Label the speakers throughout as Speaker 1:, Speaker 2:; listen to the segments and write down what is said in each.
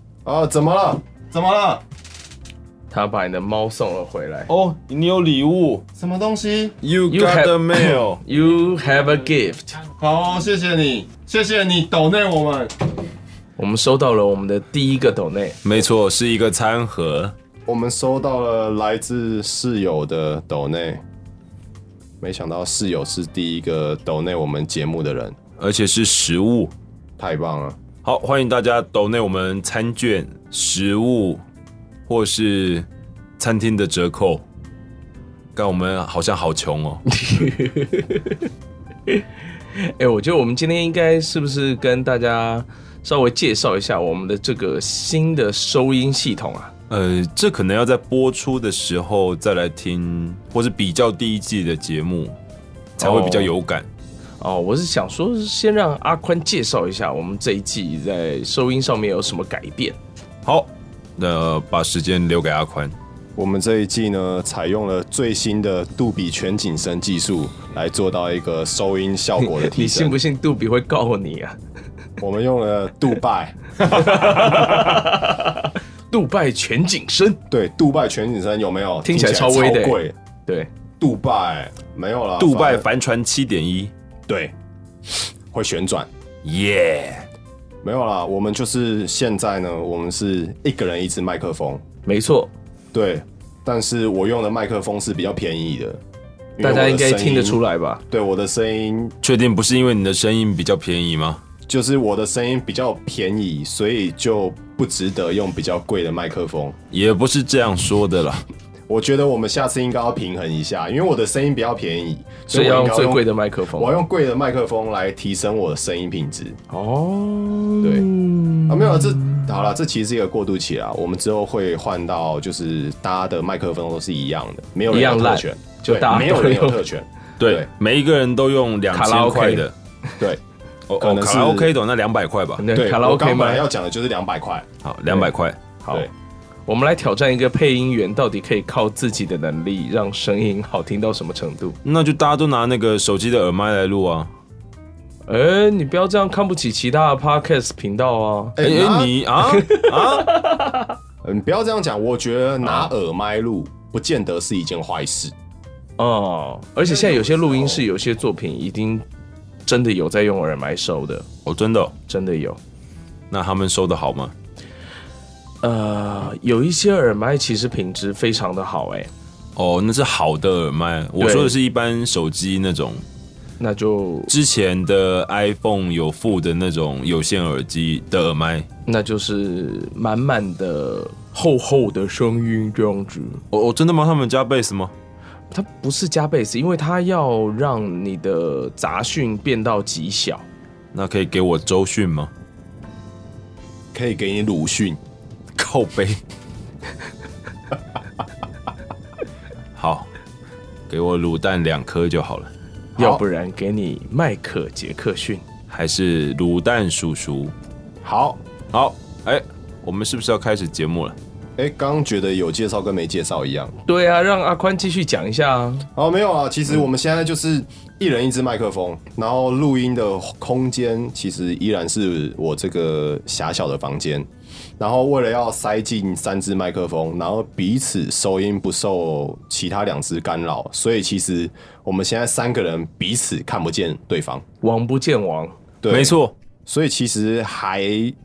Speaker 1: 啊，怎么了？怎么了？
Speaker 2: 他把你的猫送了回来。
Speaker 3: 哦，你有礼物
Speaker 1: 什么东西？
Speaker 3: ，You
Speaker 2: You
Speaker 3: got
Speaker 2: have-
Speaker 3: the mail，
Speaker 2: You have a gift。
Speaker 1: 好，谢谢你，谢谢你抖内我们。
Speaker 2: 我们收到了我们的第一个斗内，
Speaker 3: 没错，是一个餐盒，
Speaker 1: 我们收到了来自室友的抖内，没想到室友是第一个抖内我们节目的人，
Speaker 3: 而且是食物。
Speaker 1: 太棒了！
Speaker 3: 好，欢迎大家抖内我们餐券、食物或是餐厅的折扣。但我们好像好穷哦，
Speaker 2: 哎、我觉得我们今天应该是不是跟大家稍微介绍一下我们的这个新的收音系统啊？
Speaker 3: 呃，这可能要在播出的时候再来听，或是比较第一季的节目，才会比较有感。
Speaker 2: 哦，我是想说，先让阿宽介绍一下我们这一季在收音上面有什么改变。
Speaker 3: 好，那把时间留给阿宽。
Speaker 1: 我们这一季呢，采用了最新的杜比全景声技术来做到一个收音效果的提
Speaker 2: 你信
Speaker 1: 升
Speaker 2: 不。信杜比会告你啊？
Speaker 1: 我们用了杜 拜，
Speaker 2: 杜拜全景声，
Speaker 1: 对，杜拜全景声有没有？
Speaker 2: 听起来
Speaker 1: 超
Speaker 2: 超威的
Speaker 1: 贵。
Speaker 2: 对，
Speaker 1: 杜拜没有啦，
Speaker 3: 杜拜
Speaker 1: 反
Speaker 3: 帆船七点一，
Speaker 1: 对，会旋转。
Speaker 3: 耶！
Speaker 1: 没有啦，我们就是现在呢，我们是一个人一支麦克风，
Speaker 2: 没错，
Speaker 1: 对，但是我用的麦克风是比较便宜的，因为
Speaker 2: 大
Speaker 1: 我
Speaker 2: 家
Speaker 1: 的
Speaker 2: 应该
Speaker 1: 声音
Speaker 2: 听得出。来吧？
Speaker 1: 对，我的声音
Speaker 3: 确定不是因为你的声音比较便宜吗？
Speaker 1: 就是我的声音比较便宜，所以就不值得用比较贵的麦克风。
Speaker 3: 也不是这样说的啦。
Speaker 1: 我觉得我们下次应该要平衡一下，因为我的声音比较便宜，
Speaker 2: 所以
Speaker 1: 我
Speaker 2: 要
Speaker 1: 应
Speaker 2: 用
Speaker 1: 该
Speaker 2: 最贵的麦克风。
Speaker 1: 我要用贵的麦克风来提升我的声音品质。
Speaker 2: 哦，
Speaker 1: 对啊，没有，这嗯好了，这其实是一个过渡期啦。我们之后会换到就是大家的麦克风都是一样的，没有人
Speaker 2: 一样
Speaker 1: 有特
Speaker 2: 烂
Speaker 1: 权，
Speaker 2: 就
Speaker 1: 对
Speaker 2: 大家
Speaker 1: 没有
Speaker 2: 都
Speaker 1: 人有
Speaker 2: 用
Speaker 1: 特权，
Speaker 3: 对，
Speaker 1: 对
Speaker 3: 每一个人都用两
Speaker 2: 卡拉
Speaker 3: 千
Speaker 2: OK
Speaker 3: 块的，
Speaker 1: 对
Speaker 3: 哦，
Speaker 1: 可能
Speaker 3: 卡
Speaker 1: 是
Speaker 3: 拉 OK 懂那两百块吧？
Speaker 2: 对，卡拉
Speaker 1: 我
Speaker 2: OK
Speaker 1: 刚本来
Speaker 2: 吗？
Speaker 1: 要讲的就是两百块，
Speaker 3: 好，两百块。
Speaker 2: 好
Speaker 1: 对，
Speaker 2: 我们来挑战一个配音员到底可以靠自己的能力让声音好听到什么程度？
Speaker 3: 那就大家都拿那个手机的耳麦来录啊！
Speaker 2: 哎、你不要这样看不起其他的 podcast 频道啊！
Speaker 3: 哎、哎
Speaker 1: 拿
Speaker 3: 你 啊啊！
Speaker 1: 嗯，不要这样讲，我觉得拿耳麦录不见得是一件坏事。
Speaker 2: 哦，而且现在有些录音室、有些作品已经真的有在用耳麦收的，
Speaker 3: 哦，真的哦、
Speaker 2: 真的有。
Speaker 3: 那他们收的好吗？
Speaker 2: 呃，有一些耳麦其实品质非常的好、哎，
Speaker 3: 哦，那是好的耳麦。我
Speaker 2: 对
Speaker 3: 说的是一般手机那种，
Speaker 2: 那就
Speaker 3: 之前的 iPhone 有附的那种有线耳机的耳麦。
Speaker 2: 那就是满满的厚厚的声音这样子。
Speaker 3: 哦哦，真的吗？他们加 bass 吗？
Speaker 2: 它不是加倍斯，因为它要让你的杂讯变到极小。
Speaker 3: 那可以给我周迅吗？
Speaker 1: 可以给你鲁迅，
Speaker 3: 靠背。好，给我卤蛋两颗就好了，
Speaker 2: 要不然给你迈克杰克逊。
Speaker 3: 还是卤蛋叔叔。
Speaker 1: 好，
Speaker 3: 好，哎、我们是不是要开始节目了？
Speaker 1: 哎、刚刚觉得有介绍跟没介绍一样。
Speaker 2: 对啊，让阿宽继续讲一下啊。
Speaker 1: 哦，没有啊，其实我们现在就是一人一支麦克风，然后录音的空间其实依然是我这个狭小的房间。然后为了要塞进三支麦克风，然后彼此收音不受其他两支干扰，所以其实我们现在三个人彼此看不见对方。
Speaker 2: 王不见王，
Speaker 1: 对，
Speaker 3: 没错，
Speaker 1: 所以其实还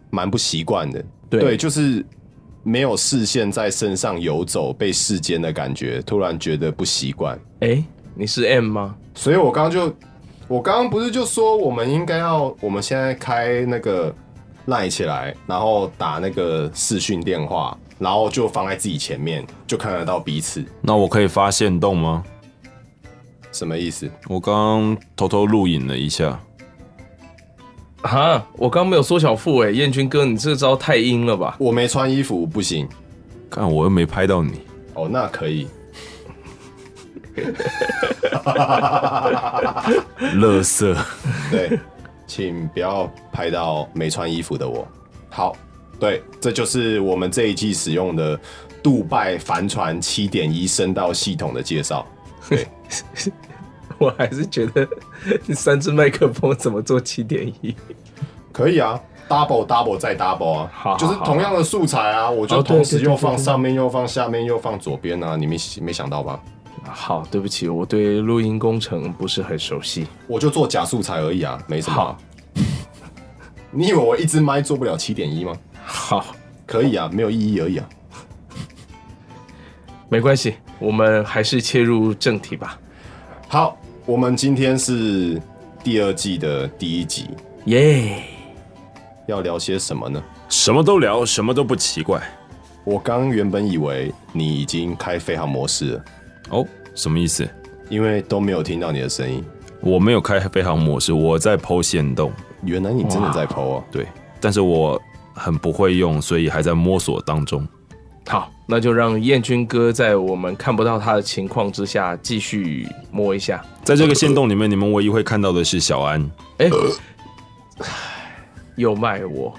Speaker 1: 蛮不习惯的。
Speaker 2: 对
Speaker 1: 就是没有视线在身上游走，被视间的感觉，突然觉得不习惯。
Speaker 2: 哎、你是 M 吗？
Speaker 1: 所以我刚刚就，我刚刚不是就说我们应该要，我们现在开那个赖起来，然后打那个视讯电话，然后就放在自己前面，就看得到彼此，
Speaker 3: 那我可以发现动吗？
Speaker 1: 什么意思？
Speaker 3: 我刚刚偷偷录影了一下，
Speaker 2: 哈，我刚没有缩小腹哎、彦军哥，你这招太阴了吧？
Speaker 1: 我没穿衣服不行。
Speaker 3: 看我又没拍到你，
Speaker 1: 哦，那 可以。
Speaker 3: 乐色。
Speaker 1: 对，请不要拍到没穿衣服的我。好，对，这就是我们这一季使用的杜拜帆船七点一声道系统的介绍。对，
Speaker 2: 我还是觉得三支麦克风怎么做七点一？
Speaker 1: 可以啊，double double 再 double 啊，
Speaker 2: 好
Speaker 1: 就是同样的素材啊，我就
Speaker 2: 哦对
Speaker 1: 同时
Speaker 2: 对对
Speaker 1: 又放
Speaker 2: 对对
Speaker 1: 上面又放下面又放左边啊，你没没想到吧？
Speaker 2: 好，对不起，我对录音工程不是很熟悉。
Speaker 1: 我就做假素材而已啊，没什么啊
Speaker 2: 好。
Speaker 1: 你以为我一支麦做不了七点一吗？
Speaker 2: 好，
Speaker 1: 可以啊，没有意义而已啊。
Speaker 2: 没关系，我们还是切入正题吧。
Speaker 1: 好，我们今天是第二季的第一集，
Speaker 2: 耶、
Speaker 1: 要聊些什么呢？
Speaker 3: 什么都聊，什么都不奇怪。
Speaker 1: 我刚原本以为你已经开飞行模式了，
Speaker 3: 哦，什么意思？
Speaker 1: 因为都没有听到你的声音。
Speaker 3: 我没有开飞行模式，我在剖线洞。
Speaker 1: 原来你真的在抛啊！
Speaker 3: 对，但是我很不会用，所以还在摸索当中。
Speaker 2: 好，那就让彦军哥在我们看不到他的情况之下继续摸一下。
Speaker 3: 在这个线洞里面，你们唯一会看到的是小安。
Speaker 2: 哎、又卖我，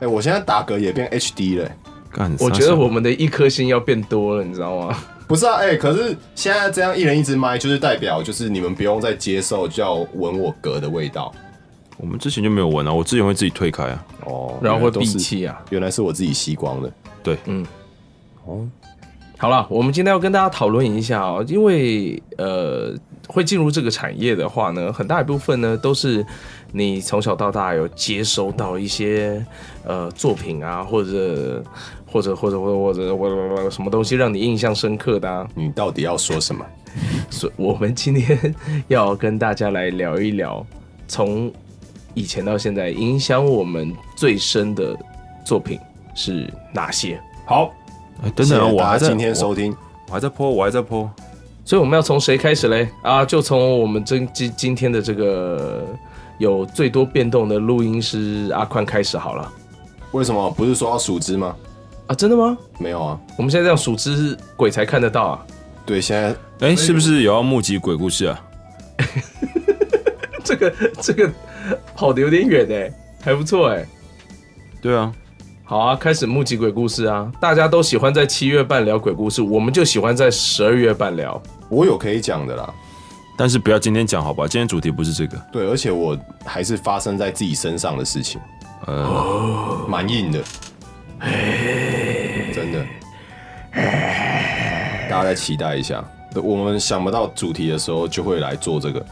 Speaker 1: 哎、我现在打嗝也变 HD 了欸、
Speaker 3: 干，傻
Speaker 2: 我觉得
Speaker 3: 小
Speaker 2: 我们的一颗心要变多了，你知道吗？
Speaker 1: 不是啊，哎、可是现在这样一人一支麦，就是代表就是你们不用再接受叫闻我嗝的味道
Speaker 3: 我们之前就没有闻啊，我之前会自己退开啊。
Speaker 1: 哦，
Speaker 2: 然后会
Speaker 1: 原来都
Speaker 2: 闭
Speaker 1: 是。
Speaker 2: 气啊。
Speaker 1: 原来是我自己吸光的，
Speaker 3: 对，
Speaker 2: 好了，我们今天要跟大家讨论一下哦，因为呃，会进入这个产业的话呢，很大一部分呢都是你从小到大有接收到一些呃作品啊，或者或者或者或者或者或者什么东西让你印象深刻的啊。
Speaker 1: 你到底要说什么？
Speaker 2: 所 以我们今天要跟大家来聊一聊，从以前到现在影响我们最深的作品是哪些？
Speaker 1: 好，
Speaker 3: 哎，等等啊，
Speaker 1: 谢谢
Speaker 3: 我
Speaker 1: 大
Speaker 3: 还
Speaker 1: 家
Speaker 3: 在
Speaker 1: 今天收听，
Speaker 3: 我还在泼，我还在泼。
Speaker 2: 所以我们要从谁开始嘞？啊，就从我们今今今天的这个有最多变动的录音师阿宽开始好了。
Speaker 1: 为什么不是说要数支吗？
Speaker 2: 啊，真的吗？
Speaker 1: 没有啊，
Speaker 2: 我们现在这样数只鬼才看得到啊！
Speaker 1: 对，现在
Speaker 3: 哎，是不是有要募集鬼故事啊？
Speaker 2: 这个这个跑的有点远哎、还不错哎、
Speaker 3: 对啊，
Speaker 2: 好啊，开始募集鬼故事啊！大家都喜欢在七月半聊鬼故事，我们就喜欢在十二月半聊。
Speaker 1: 我有可以讲的啦。
Speaker 3: 但是不要今天讲好吧？今天主题不是这个。
Speaker 1: 对，而且我还是发生在自己身上的事情，
Speaker 3: 呃，
Speaker 1: 蛮硬的，真的。大家再期待一下，我们想不到主题的时候就会来做这个。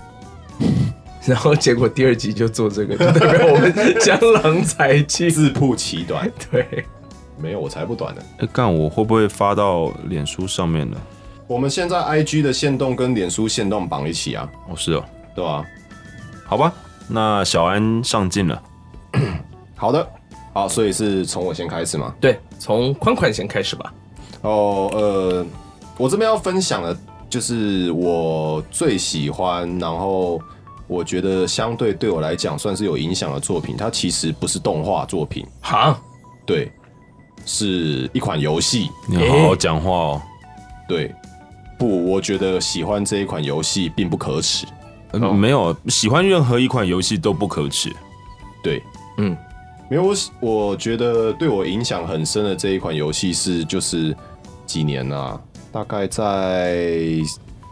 Speaker 2: 然后结果第二集就做这个，就代表我们江郎才 尽。
Speaker 1: 自曝其短，
Speaker 2: 对，
Speaker 1: 没有我才不短呢。
Speaker 3: 哎干，我会不会发到脸书上面呢？
Speaker 1: 我们现在 IG 的线动跟脸书线动绑一起啊，
Speaker 3: 哦，是哦，
Speaker 1: 对吧、
Speaker 3: 好吧，那小安上镜了。
Speaker 1: 好的，好，所以是从我先开始嘛。
Speaker 2: 对，从宽宽先开始吧。
Speaker 1: 哦，呃，我这边要分享的就是我最喜欢，然后我觉得相对对我来讲算是有影响的作品。它其实不是动画作品，
Speaker 2: 哈，
Speaker 1: 对，是一款游戏。
Speaker 3: 你要好好讲话哦。
Speaker 1: 对，不，我觉得喜欢这一款游戏并不可耻。
Speaker 3: 呃
Speaker 2: 哦
Speaker 3: 没有，喜欢任何一款游戏都不可耻。
Speaker 1: 对，
Speaker 2: 嗯，
Speaker 1: 没有我喜，我觉得对我影响很深的这一款游戏是就是几年啊，大概在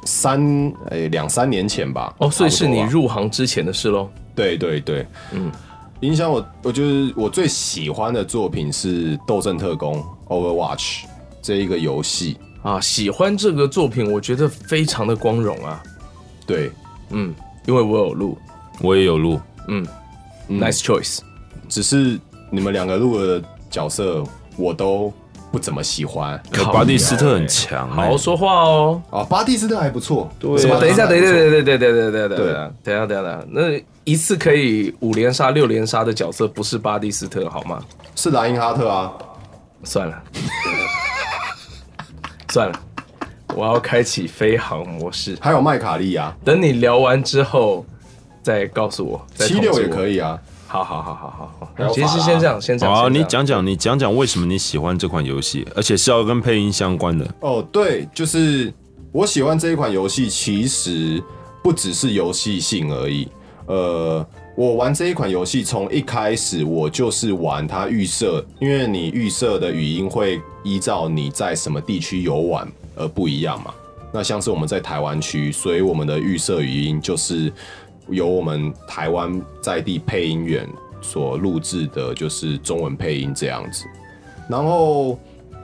Speaker 1: 三诶两、三年前吧。
Speaker 2: 哦，所以是你
Speaker 1: 差不多吧啊
Speaker 2: 入行之前的事喽。
Speaker 1: 对对对，
Speaker 2: 嗯
Speaker 1: 嗯，影响我，我就是我最喜欢的作品是《斗阵特工》（Overwatch） 这一个游戏。
Speaker 2: 啊，喜欢这个作品，我觉得非常的光荣啊。
Speaker 1: 对，
Speaker 2: 嗯，因为我有录。
Speaker 3: 我也有录，
Speaker 2: 嗯 n i c e choice。
Speaker 1: 只是你们两个录的角色我都不怎么喜欢
Speaker 3: 呃
Speaker 2: 靠
Speaker 3: 巴蒂斯特很强、
Speaker 2: 好好
Speaker 3: 欸。
Speaker 2: 说话哦。
Speaker 1: 啊。巴蒂斯特还不错，对
Speaker 2: 什么？等一下，等一下，
Speaker 1: 下，
Speaker 2: 等一下，等一下，等一下，等一下，等一下，等一下，等一下。那一次可以五连杀、六连杀的角色不是巴蒂斯特好吗？
Speaker 1: 是莱因哈特啊。
Speaker 2: 算了，算了，我要开启飞行模式。
Speaker 1: 还有麦卡利啊，
Speaker 2: 等你聊完之后，再告诉我。再
Speaker 1: 七六
Speaker 2: 通知
Speaker 1: 也
Speaker 2: 我
Speaker 1: 可。以啊。
Speaker 2: 好好好好好好，
Speaker 1: 还有
Speaker 2: 那先
Speaker 1: 法
Speaker 2: 先
Speaker 1: 拉
Speaker 2: 先这样，先这
Speaker 3: 好
Speaker 2: 样。
Speaker 3: 啊，
Speaker 2: 先这
Speaker 3: 你
Speaker 2: 样，
Speaker 3: 讲讲，你讲讲为什么你喜欢这款游戏，而且是要跟配音相关的。
Speaker 1: 哦，对，就是我喜欢这一款游戏，其实不只是游戏性而已。呃，我玩这一款游戏从一开始我就是玩它预设，因为你预设的语音会依照你在什么地区游玩而不一样嘛。那像是我们在台湾区，所以我们的预设语音就是由我们台湾在地配音员所录制的，就是中文配音这样子。然后，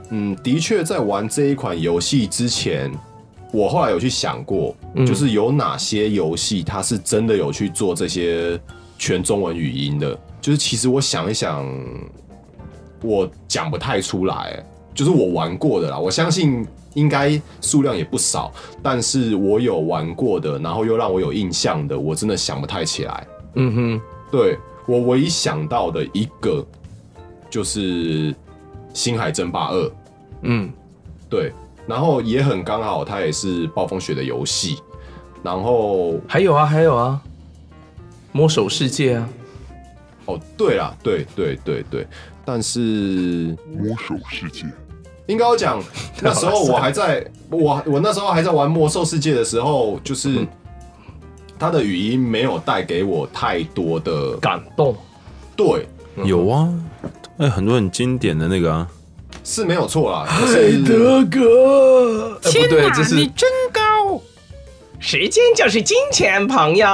Speaker 1: 嗯，的确在玩这一款游戏之前，我后来有去想过，就是有哪些游戏它是真的有去做这些全中文语音的。就是其实我想一想，我讲不太出来，就是我玩过的啦。我相信应该数量也不少，但是我有玩过的，然后又让我有印象的，我真的想不太起来。
Speaker 2: 嗯哼，
Speaker 1: 对我唯一想到的一个就是《星海争霸二》，
Speaker 2: 嗯，
Speaker 1: 对，然后也很刚好，它也是暴风雪的游戏，然后
Speaker 2: 还有啊，还有啊，摸手世界啊，
Speaker 1: 哦，对啦，对对对对，但是
Speaker 4: 魔兽世界，
Speaker 1: 应该要讲，那时候我还在，我我那时候还在玩魔兽世界的时候，就是它的语音没有带给我太多的
Speaker 2: 感动。
Speaker 1: 对，
Speaker 3: 有啊，哎，很多很经典的那个啊，
Speaker 1: 是没有错啦，可是
Speaker 2: 哥，哎，不
Speaker 5: 天
Speaker 2: 对，
Speaker 5: 哪，
Speaker 2: 这
Speaker 5: 你
Speaker 2: 是
Speaker 5: 真高！
Speaker 2: 时间就是金钱，朋友。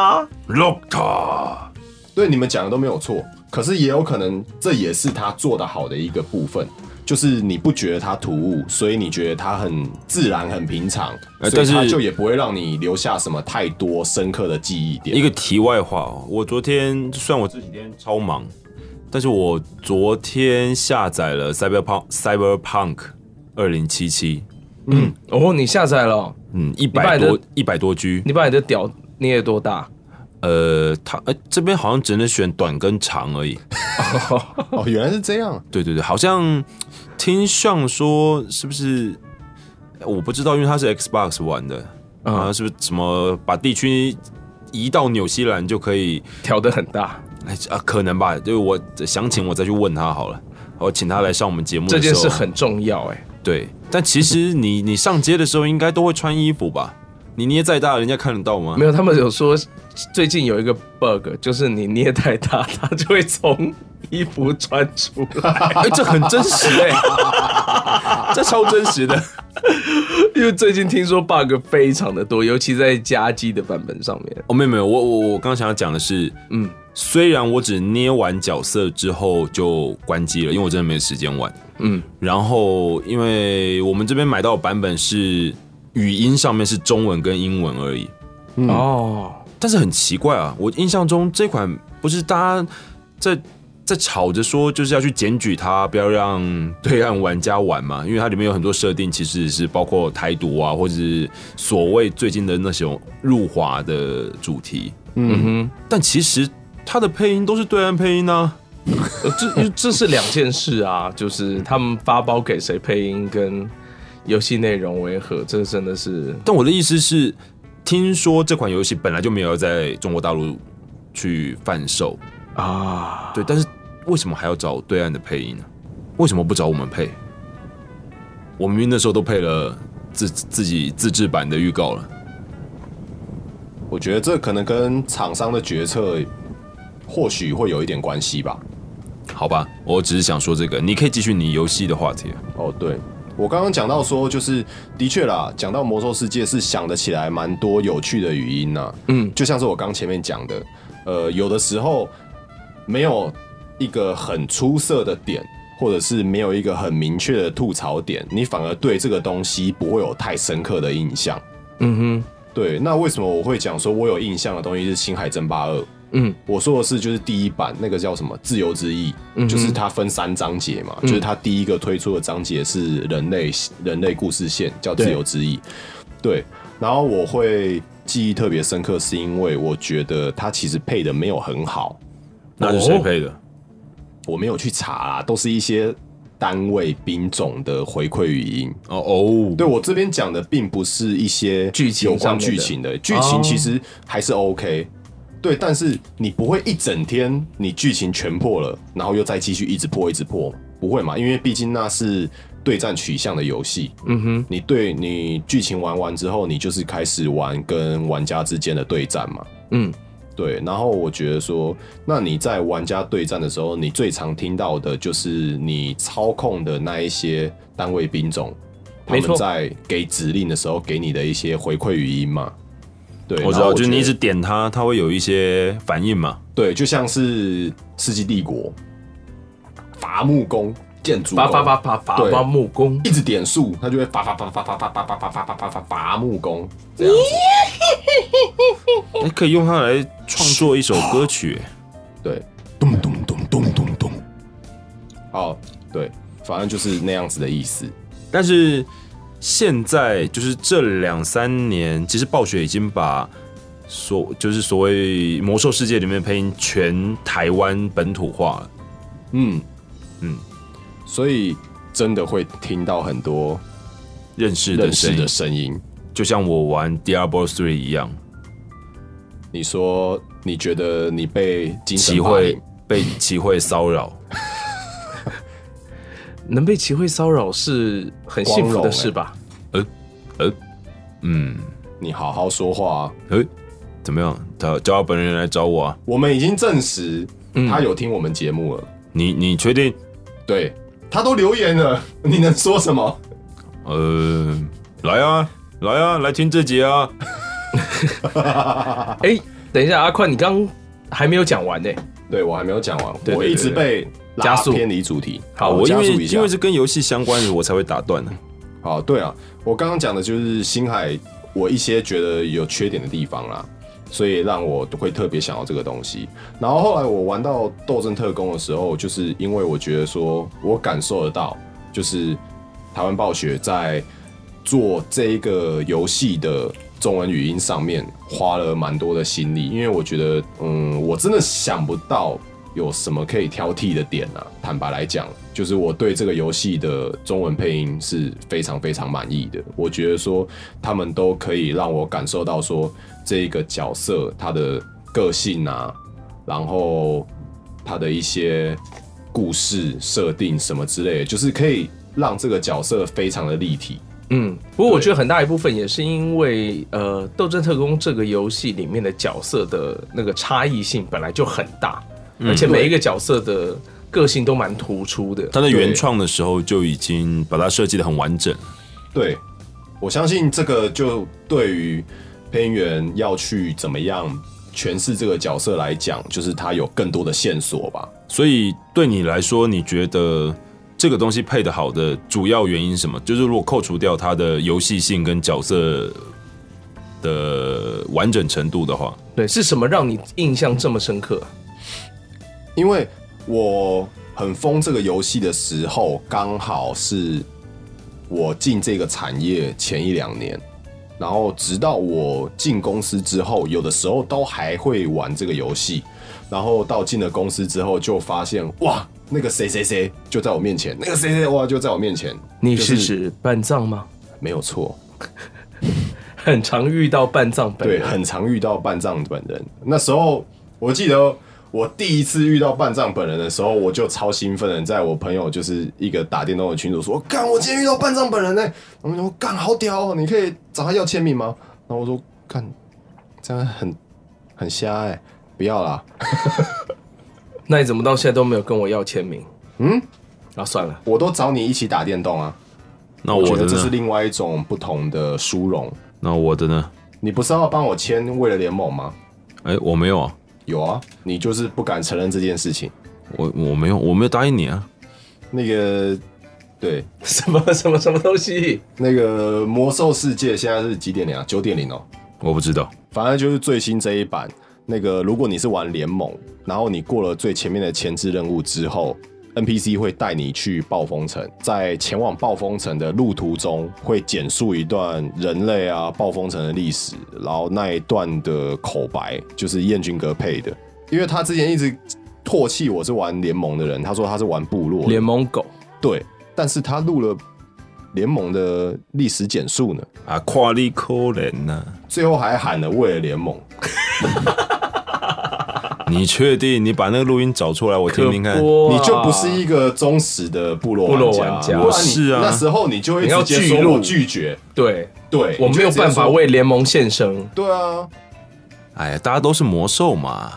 Speaker 1: 对你们讲的都没有错，可是也有可能这也是他做的好的一个部分，就是你不觉得他突兀，所以你觉得他很自然、很平常，
Speaker 3: 呃
Speaker 1: 所以他
Speaker 3: 但是
Speaker 1: 就也不会让你留下什么太多深刻的记忆点。
Speaker 3: 一个题外话哦，我昨天虽然我这几天超忙，但是我昨天下载了 Cyberpunk Cyberpunk 二零七七，
Speaker 2: 哦，你下载了，
Speaker 3: 嗯，一
Speaker 2: 买
Speaker 3: 百
Speaker 2: 的
Speaker 3: 多一百多 G，
Speaker 2: 你把你的屌捏多大？
Speaker 3: 呃，它呃这边好像只能选短跟长而已。
Speaker 1: 哦，原来是这样，
Speaker 3: 对对对，好像听上说是不是？我不知道，因为它是 Xbox 玩的，
Speaker 2: 嗯
Speaker 3: 啊、是不是什么把地区移到纽西兰就可以？
Speaker 2: 调的很大，
Speaker 3: 哎啊，可能吧，就是我详情我再去问他好了。我请他来上我们节目的时
Speaker 2: 这
Speaker 3: 候，
Speaker 2: 件事很重要哎、
Speaker 3: 对。但其实你你上街的时候应该都会穿衣服吧？你捏再大，人家看得到吗
Speaker 2: 没？有，他们有说最近有一个 bug，就是你捏太大，它就会从衣服穿出来。
Speaker 3: 哎、这很真实哎、这超真实的。
Speaker 2: 因为最近听说 bug 非常的多，尤其在家机的版本上面。
Speaker 3: 哦，没有没有，我我我刚刚想要讲的是，
Speaker 2: 嗯
Speaker 3: 嗯，虽然我只捏完角色之后就关机了，因为我真的没时间玩。
Speaker 2: 嗯，
Speaker 3: 然后因为我们这边买到的版本是语音上面是中文跟英文而已，
Speaker 2: 哦，
Speaker 3: 但是很奇怪啊，我印象中这款不是大家在在吵着说就是要去检举它，不要让对岸玩家玩嘛，因为它里面有很多设定，其实是包括台独啊，或者是所谓最近的那种入华的主题。
Speaker 2: 嗯
Speaker 3: 但其实它的配音都是对岸配音啊。
Speaker 2: 哼，呃这这是两件事啊，就是他们发包给谁配音跟游戏内容为何，这真的是
Speaker 3: 但我的意思是，听说这款游戏本来就没有在中国大陆去贩售，
Speaker 2: 啊，
Speaker 3: 对，但是为什么还要找对岸的配音呢？为什么不找我们配？我明明那时候都配了自自己自制版的预告了。
Speaker 1: 我觉得这可能跟厂商的决策或许会有一点关系吧。
Speaker 3: 好吧，我只是想说这个，你可以继续你游戏的话题。啊
Speaker 1: 哦，对，我刚刚讲到说，就是的确啦，讲到魔兽世界是想得起来蛮多有趣的语音呐、嗯，就像是我刚前面讲的，呃，有的时候没有一个很出色的点，或者是没有一个很明确的吐槽点，你反而对这个东西不会有太深刻的印象。
Speaker 2: 嗯
Speaker 1: 对，那为什么我会讲说我有印象的东西是《星海争霸二》？
Speaker 2: 嗯，
Speaker 1: 我说的是就是第一版那个叫什么《自由之翼》就是它分三章节嘛，就是它第一个推出的章节是人类人类故事线，叫《自由之翼》。对，然后我会记忆特别深刻，是因为我觉得它其实配的没有很好，
Speaker 3: 那是谁配的？
Speaker 1: 我没有去查啦，都是一些单位兵种的回馈语音。
Speaker 3: 哦哦，
Speaker 1: 对我这边讲的并不是一些
Speaker 2: 剧情
Speaker 1: 有
Speaker 2: 上
Speaker 1: 关
Speaker 2: 面的哦
Speaker 1: 剧情的，剧情其实还是 OK，、对，但是你不会一整天你剧情全破了，然后又再继续一直破一直破，不会嘛？因为毕竟那是对战取向的游戏，
Speaker 2: 嗯哼，
Speaker 1: 你对你剧情玩完之后，你就是开始玩跟玩家之间的对战嘛。
Speaker 2: 嗯，
Speaker 1: 对，然后我觉得说，那你在玩家对战的时候，你最常听到的就是你操控的那一些单位兵种，他
Speaker 2: 没
Speaker 1: 们
Speaker 2: 错
Speaker 1: 在给指令的时候给你的一些回馈语音嘛。对，
Speaker 3: 我知
Speaker 1: 然后
Speaker 3: 道，就是
Speaker 1: 觉
Speaker 3: 你一
Speaker 1: 得
Speaker 3: 直点它，它会有一些反应嘛。
Speaker 1: 对，就像是《世纪帝国》伐木工建筑工
Speaker 2: 伐伐伐伐伐伐木工，
Speaker 1: 一直点数，它就会伐伐伐伐伐伐伐伐伐伐伐伐伐伐木工这样子。
Speaker 3: 哎，可以用它来创作一首歌曲。
Speaker 1: 对，咚咚咚咚咚咚。好，对，反正就是那样子的意思。
Speaker 3: 但是现在就是这两三年，其实暴雪已经把所就是所谓《魔兽世界》里面的配音全台湾本土化了。
Speaker 1: 嗯
Speaker 3: 嗯，
Speaker 1: 所以真的会听到很多
Speaker 3: 认识
Speaker 1: 认
Speaker 3: 的
Speaker 1: 识
Speaker 3: 声音
Speaker 1: 的，声音。
Speaker 3: 就像我玩《Diablo Three》一样，
Speaker 1: 你说你觉得你被精神
Speaker 3: 齐
Speaker 1: 霸
Speaker 3: 会
Speaker 1: 凌
Speaker 3: 被齐会骚扰，
Speaker 2: 能被齐会骚扰是很幸福
Speaker 1: 光
Speaker 2: 的
Speaker 1: 荣
Speaker 2: 事吧？
Speaker 3: 嗯，
Speaker 1: 你好好说话、啊。
Speaker 3: 诶、怎么样？他叫他本人来找我啊？
Speaker 1: 我们已经证实他有听我们节目了。
Speaker 3: 你你确定？
Speaker 1: 对他都留言了， 你能说什么？
Speaker 3: 呃，来啊，来啊，来听这集啊！
Speaker 2: 哎、等一下，阿宽，你刚还没有讲完呢、
Speaker 1: 对我还没有讲完，
Speaker 2: 对对
Speaker 1: 我一直被
Speaker 2: 加
Speaker 1: 拉
Speaker 2: 速
Speaker 1: 偏离主题。
Speaker 3: 好，我因
Speaker 1: 加
Speaker 3: 为
Speaker 1: 速一
Speaker 3: 因
Speaker 1: 下
Speaker 3: 为。是跟游戏相关的，我才会打断的、
Speaker 1: 好，对啊，我刚刚讲的就是星海，我一些觉得有缺点的地方啦，所以让我会特别想要这个东西。然后后来我玩到斗争特工的时候，就是因为我觉得说，我感受得到，就是台湾暴雪在做这一个游戏的中文语音上面花了蛮多的心力，因为我觉得，嗯，我真的想不到有什么可以挑剔的点啊。坦白来讲，就是我对这个游戏的中文配音是非常非常满意的。我觉得说他们都可以让我感受到说这个角色他的个性啊，然后他的一些故事设定什么之类的，就是可以让这个角色非常的立体。
Speaker 2: 嗯，不过我
Speaker 1: 对
Speaker 2: 觉得很大一部分也是因为呃，《斗争特工》这个游戏里面的角色的那个差异性本来就很大，
Speaker 1: 嗯
Speaker 2: 而且每一个角色的个性都蛮突出的。
Speaker 3: 他在原创的时候就已经把它设计的很完整。
Speaker 1: 对，我相信这个就对于配音员要去怎么样诠释这个角色来讲，就是他有更多的线索吧。
Speaker 3: 所以对你来说，你觉得这个东西配的好的主要原因是什么？就是如果扣除掉它的游戏性跟角色的完整程度的话，
Speaker 2: 对，是什么让你印象这么深刻？
Speaker 1: 因为我很疯这个游戏的时候，刚好是我进这个产业前一两年，然后直到我进公司之后，有的时候都还会玩这个游戏，然后到进了公司之后，就发现哇，那个谁谁谁就在我面前，那个谁谁谁哇就在我面前，
Speaker 2: 你
Speaker 1: 就是
Speaker 2: 指半藏吗？
Speaker 1: 没有错。
Speaker 2: 很常遇到半藏本
Speaker 1: 对，
Speaker 2: 人，
Speaker 1: 很常遇到半藏本人。那时候我记得我第一次遇到半藏本人的时候，我就超兴奋的，在我朋友就是一个打电动的群主说：“干，我今天遇到半藏本人呢、他们说：“干，好屌、哦，你可以找他要签名吗？”然后我说：“干，这样很很瞎哎、不要啦。
Speaker 2: 那你怎么到现在都没有跟我要签名？
Speaker 1: 嗯，
Speaker 2: 啊，算了，
Speaker 1: 我都找你一起打电动啊。”
Speaker 3: 那
Speaker 1: 我
Speaker 3: 我
Speaker 1: 觉
Speaker 3: 的
Speaker 1: 得这是
Speaker 3: 呢？
Speaker 1: 另外一种不同的殊荣。
Speaker 3: 那我的呢？
Speaker 1: 你不是要帮我签为了联盟吗？
Speaker 3: 哎，我没有啊，
Speaker 1: 有啊，你就是不敢承认这件事情。
Speaker 3: 我我没有，我没有答应你啊。
Speaker 1: 那个，对，
Speaker 2: 什么什么什么东西？
Speaker 1: 那个魔兽世界现在是几点零啊？九点零哦，
Speaker 3: 我不知道，
Speaker 1: 反正就是最新这一版。那个，如果你是玩联盟，然后你过了最前面的前置任务之后，NPC 会带你去暴风城，在前往暴风城的路途中，会简述一段人类啊暴风城的历史，然后那一段的口白就是燕军哥配的，因为他之前一直唾弃我是玩联盟的人，他说他是玩部落的
Speaker 2: 联盟狗，
Speaker 1: 对，但是他录了联盟的历史简述呢，
Speaker 3: 啊，跨力扣人呐、
Speaker 1: 最后还喊了为了联盟。
Speaker 3: 你确定你把那个录音找出来，我听听看
Speaker 2: 可。播啊
Speaker 1: 你就不是一个忠实的部落
Speaker 2: 部落
Speaker 1: 家，
Speaker 2: 玩家
Speaker 1: 不然你
Speaker 3: 我是啊
Speaker 1: 那时候你就会
Speaker 2: 你要
Speaker 1: 直接
Speaker 2: 巨
Speaker 1: 说我
Speaker 2: 鹿
Speaker 1: 拒绝，
Speaker 2: 对，
Speaker 1: 对，
Speaker 2: 我
Speaker 1: 你就
Speaker 2: 没有
Speaker 1: 直接
Speaker 2: 办法
Speaker 1: 说
Speaker 2: 为联盟献身，
Speaker 1: 对啊，
Speaker 3: 哎呀，大家都是魔兽嘛，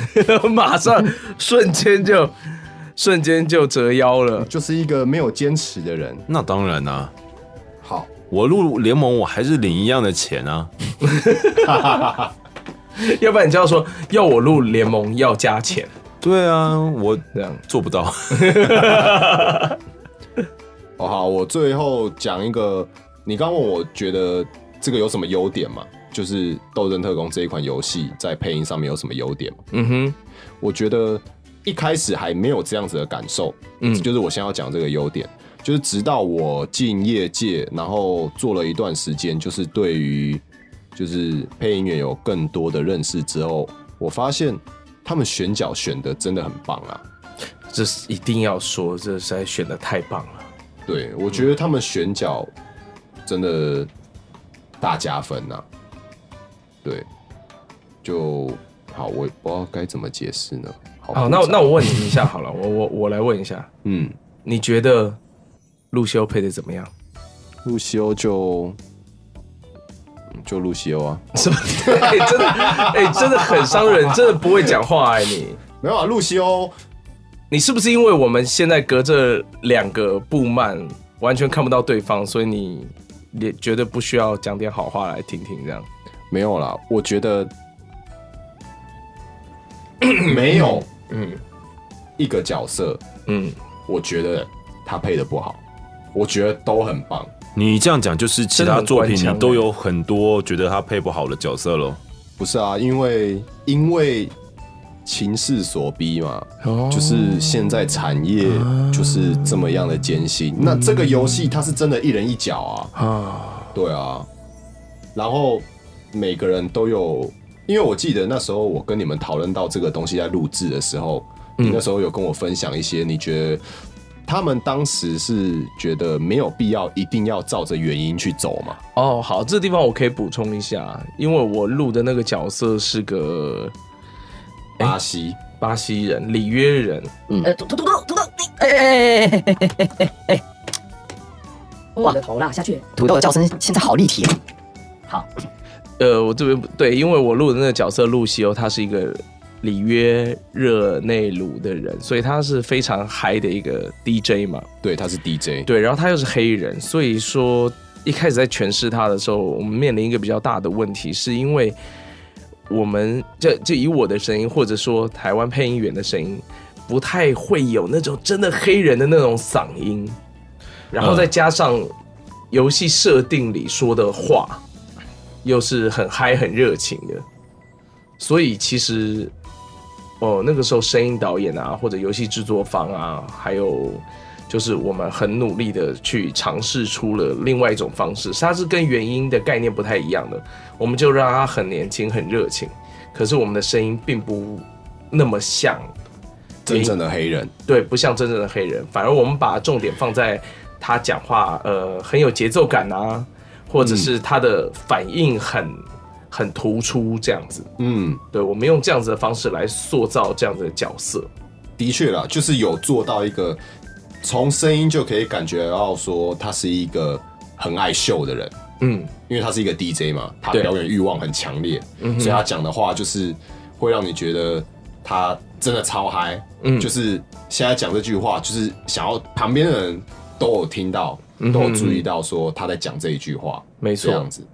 Speaker 2: 马上瞬间就 瞬间就折腰了。
Speaker 1: 就是一个没有坚持的人。
Speaker 3: 那当然啊啦、
Speaker 1: 好，
Speaker 3: 我入联盟我还是领一样的钱啊。
Speaker 2: 要不然你就要说要我入联盟要加钱，
Speaker 3: 对啊，我
Speaker 2: 这样
Speaker 3: 做不到。
Speaker 1: 哦好，我最后讲一个，你刚问我觉得这个有什么优点嘛？就是《斗阵特工》这一款游戏在配音上面有什么优点嘛？
Speaker 2: 嗯哼，
Speaker 1: 我觉得一开始还没有这样子的感受，嗯，就是我先要讲这个优点，就是直到我进业界，然后做了一段时间，就是对于就是配音员有更多的认识之后，我发现他们选角选的真的很棒啊。
Speaker 2: 这是一定要说，这实在选的太棒了。
Speaker 1: 对，
Speaker 2: 嗯
Speaker 1: 我觉得他们选角真的大加分呐、对，就好，我也不知道该怎么解释呢。好
Speaker 2: 好，
Speaker 1: 复
Speaker 2: 那
Speaker 1: 杂
Speaker 2: 那我问你一下好了，我我我来问一下，
Speaker 1: 嗯，
Speaker 2: 你觉得路修配的怎么样？
Speaker 1: 路西欧就就路西欧啊，
Speaker 2: 什么？ 哎、真的，哎、真的很伤人，真的不会讲话哎、你。
Speaker 1: 没有啊，路西欧
Speaker 2: 你是不是因为我们现在隔着两个布幔，完全看不到对方，所以你也觉得不需要讲点好话来听听这样？
Speaker 1: 没有啦，我觉得 没有，嗯，一个角色，
Speaker 2: 嗯，
Speaker 1: 我觉得他配的不好，我觉得都很棒。
Speaker 3: 你这样讲，就是其他作品
Speaker 2: 真的很官腔
Speaker 3: 你都有很多觉得他配不好的角色喽。
Speaker 1: 不是啊，因为因为情势所逼嘛，就是现在产业就是这么样的艰辛。那这个游戏它是真的一人一脚啊，
Speaker 2: 啊，
Speaker 1: 对啊，然后每个人都有，因为我记得那时候我跟你们讨论到这个东西在录制的时候，你那时候有跟我分享一些，你觉得他们当时是觉得没有必要一定要照着原因去走嘛？
Speaker 2: 哦，好，这地方我可以补充一下，因为我录的那个角色是个
Speaker 1: 巴西，
Speaker 2: 巴西人，里约人，
Speaker 5: 呃，土土土豆土豆，你哎哎哎哎哎哎哎哎！我的头啦，下去！土豆的叫声现在好立体。好，
Speaker 2: 呃，我这边不对，因为我录的那个角色露西欧，他是一个里约热内卢的人，所以他是非常嗨的一个 DJ 嘛。
Speaker 1: 对，他是 DJ，
Speaker 2: 对，然后他又是黑人，所以说一开始在诠释他的时候，我们面临一个比较大的问题，是因为我们这这以我的声音，或者说台湾配音员的声音，不太会有那种真的黑人的那种嗓音，然后再加上游戏设定里说的话，又是很嗨很热情的，所以其实。哦，那个时候声音导演啊，或者游戏制作方啊，还有就是我们很努力的去尝试出了另外一种方式，它是跟原音的概念不太一样的，我们就让它很年轻、很热情，可是我们的声音并不那么像，
Speaker 1: 真正的黑人。
Speaker 2: 对，不像真正的黑人，反而我们把重点放在他讲话，呃，很有节奏感
Speaker 1: 嗯
Speaker 2: 啊，或者是他的反应很很突出这样子，
Speaker 1: 嗯，
Speaker 2: 对我们用这样子的方式来塑造这样子的角色，
Speaker 1: 的确啦，就是有做到一个从声音就可以感觉到说他是一个很爱秀的人，
Speaker 2: 嗯，
Speaker 1: 因为他是一个 DJ 嘛，他
Speaker 2: 对嗯
Speaker 1: 表演欲望很强烈，所以他讲的话就是会让你觉得他真的超嗨，嗯，就是现在讲这句话，就是想要旁边的人都有听到，
Speaker 2: 嗯
Speaker 1: 都有注意到说他在讲这一句话，
Speaker 2: 没
Speaker 1: 这
Speaker 2: 错，
Speaker 1: 样子，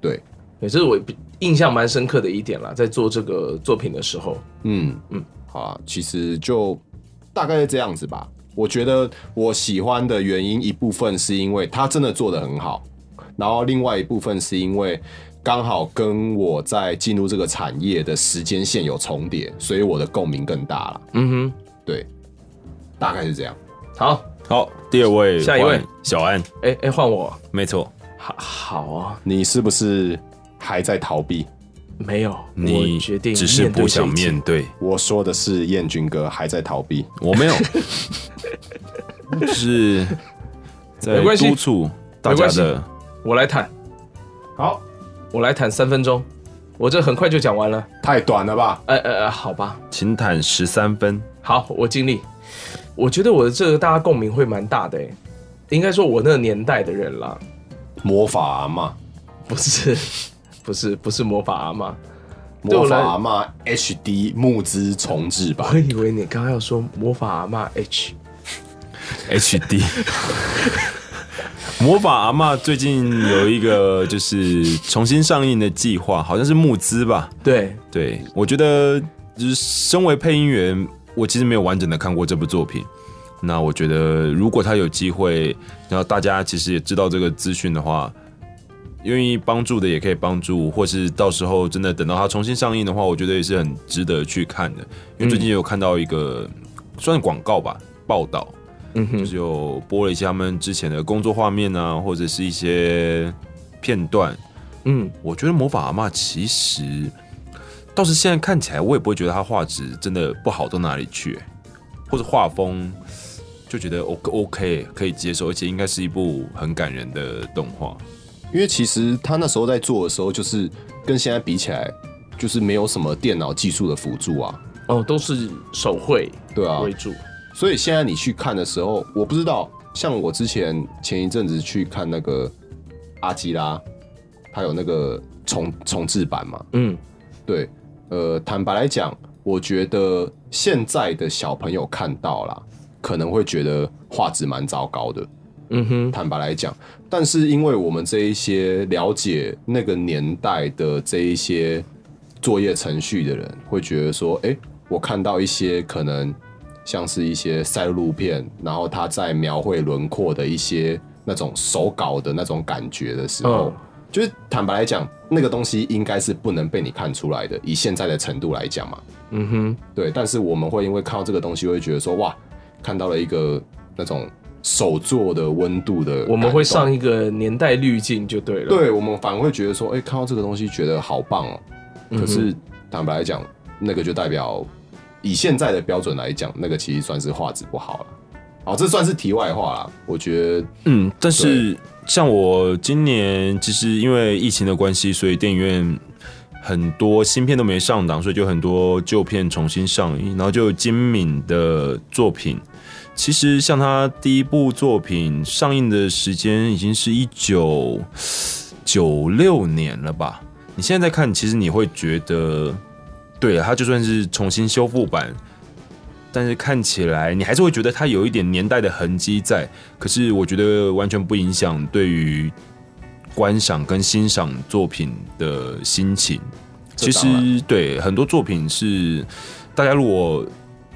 Speaker 1: 对，
Speaker 2: 对，这是我印象蛮深刻的一点啦，在做这个作品的时候，
Speaker 1: 嗯嗯，好啊，其实就大概是这样子吧。我觉得我喜欢的原因一部分是因为他真的做的很好，然后另外一部分是因为刚好跟我在进入这个产业的时间线有重叠，所以我的共鸣更大了。
Speaker 2: 嗯
Speaker 1: 对，大概是这样。
Speaker 2: 哼，好，
Speaker 3: 好，第二位，
Speaker 2: 下一位
Speaker 3: 换小安，
Speaker 2: 哎哎，换我，
Speaker 3: 没错，
Speaker 2: 好好啊，
Speaker 1: 你是不是还在逃避？
Speaker 2: 没有，
Speaker 3: 你
Speaker 2: 我决定
Speaker 3: 只是
Speaker 2: 面对
Speaker 3: 不想
Speaker 2: 这一切
Speaker 3: 面对，
Speaker 1: 我说的是燕军哥还在逃避。
Speaker 3: 我 没有，就是在
Speaker 2: 没关系
Speaker 3: 督促大
Speaker 2: 没
Speaker 3: 家
Speaker 2: 关系
Speaker 3: 的。
Speaker 2: 我来谈，
Speaker 1: 好，
Speaker 2: 我来谈三分钟，我这很快就讲完了。
Speaker 1: 太短了吧？
Speaker 2: 呃呃，呃好吧，
Speaker 3: 请坦十三分，
Speaker 2: 好，我尽力。我觉得我的这个大家共鸣会蛮大的、欸，应该说我那个年代的人啦，
Speaker 1: 魔法阿妈，
Speaker 2: 不是，不是，不是魔法阿妈。对
Speaker 1: 魔
Speaker 2: 我
Speaker 1: 法
Speaker 2: 来
Speaker 1: 阿妈 HD 募资重置版。
Speaker 2: 我以为你刚刚要说魔法阿妈 H，
Speaker 3: HD。魔法阿嬷最近有一个就是重新上映的计划，好像是募资吧？
Speaker 2: 对，
Speaker 3: 对，我觉得就是身为配音员，我其实没有完整的看过这部作品。那我觉得如果他有机会，然后大家其实也知道这个资讯的话，愿意帮助的也可以帮助，或是到时候真的等到它重新上映的话，我觉得也是很值得去看的。因为最近有看到一个、算是广告吧报道，
Speaker 2: 嗯
Speaker 3: 就
Speaker 2: 哼，
Speaker 3: 是有播了一些他们之前的工作画面啊，或者是一些片段。
Speaker 2: 嗯，
Speaker 3: 我觉得魔法阿嬷其实倒是现在看起来，我也不会觉得它画质真的不好到哪里去、欸或者画风就觉得 O OK 可以接受，而且应该是一部很感人的动画。
Speaker 1: 因为其实他那时候在做的时候，就是跟现在比起来，就是没有什么电脑技术的辅助啊，
Speaker 2: 哦，都是手绘
Speaker 1: 对啊，
Speaker 2: 为主，
Speaker 1: 所以现在你去看的时候，我不知道，像我之前前一阵子去看那个阿基拉，他有那个重重置版嘛，
Speaker 2: 嗯，
Speaker 1: 对，呃，坦白来讲，我觉得现在的小朋友看到啦，可能会觉得画质蛮糟糕的，
Speaker 2: 嗯哼，
Speaker 1: 坦白来讲，但是因为我们这一些了解那个年代的这一些作业程序的人，会觉得说，诶，我看到一些可能像是一些赛璐片，然后他在描绘轮廓的一些那种手稿的那种感觉的时候，
Speaker 2: 嗯
Speaker 1: 就是坦白来讲，那个东西应该是不能被你看出来的，以现在的程度来讲嘛。
Speaker 2: 嗯哼，
Speaker 1: 对，但是我们会因为看到这个东西，会觉得说，哇，看到了一个那种手做的温度的感动，
Speaker 2: 我们会上一个年代滤镜就对了，，
Speaker 1: 对我们反而会觉得说，哎、看到这个东西觉得好棒哦、可
Speaker 2: 嗯
Speaker 1: 是坦白来讲，那个就代表以现在的标准来讲，那个其实算是画质不好了。好，这算是题外话啦。我觉得
Speaker 3: 嗯，但是像我今年其实因为疫情的关系，所以电影院很多新片都没上档，所以就很多旧片重新上映，然后就有金敏的作品。其实像他第一部作品上映的时间已经是一九九六年了吧？你现在在看，其实你会觉得，对他就算是重新修复版，但是看起来你还是会觉得它有一点年代的痕迹在。可是我觉得完全不影响对于观赏跟欣赏作品的心情。
Speaker 1: 这
Speaker 3: 其
Speaker 1: 当然
Speaker 3: 实对很多作品是，大家如果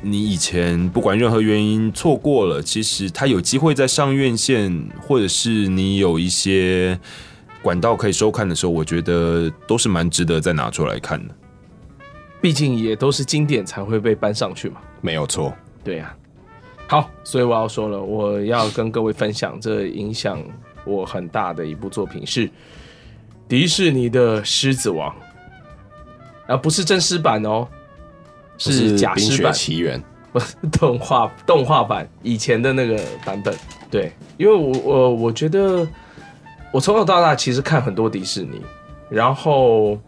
Speaker 3: 你以前不管任何原因错过了，其实它有机会在上院线，或者是你有一些管道可以收看的时候，我觉得都是蛮值得再拿出来看的。
Speaker 2: 毕竟也都是经典才会被搬上去嘛。
Speaker 1: 没有错。
Speaker 2: 对呀、好，所以我要说了，我要跟各位分享这影响我很大的一部作品是迪士尼的《狮子王》，啊，不是真狮版哦，是假
Speaker 1: 《冰
Speaker 2: 狮
Speaker 1: 雪
Speaker 2: 版，
Speaker 1: 奇缘》
Speaker 2: 不是 动画动画版以前的那个版本。对，因为我我我觉得我从小到大其实看很多迪士尼，然后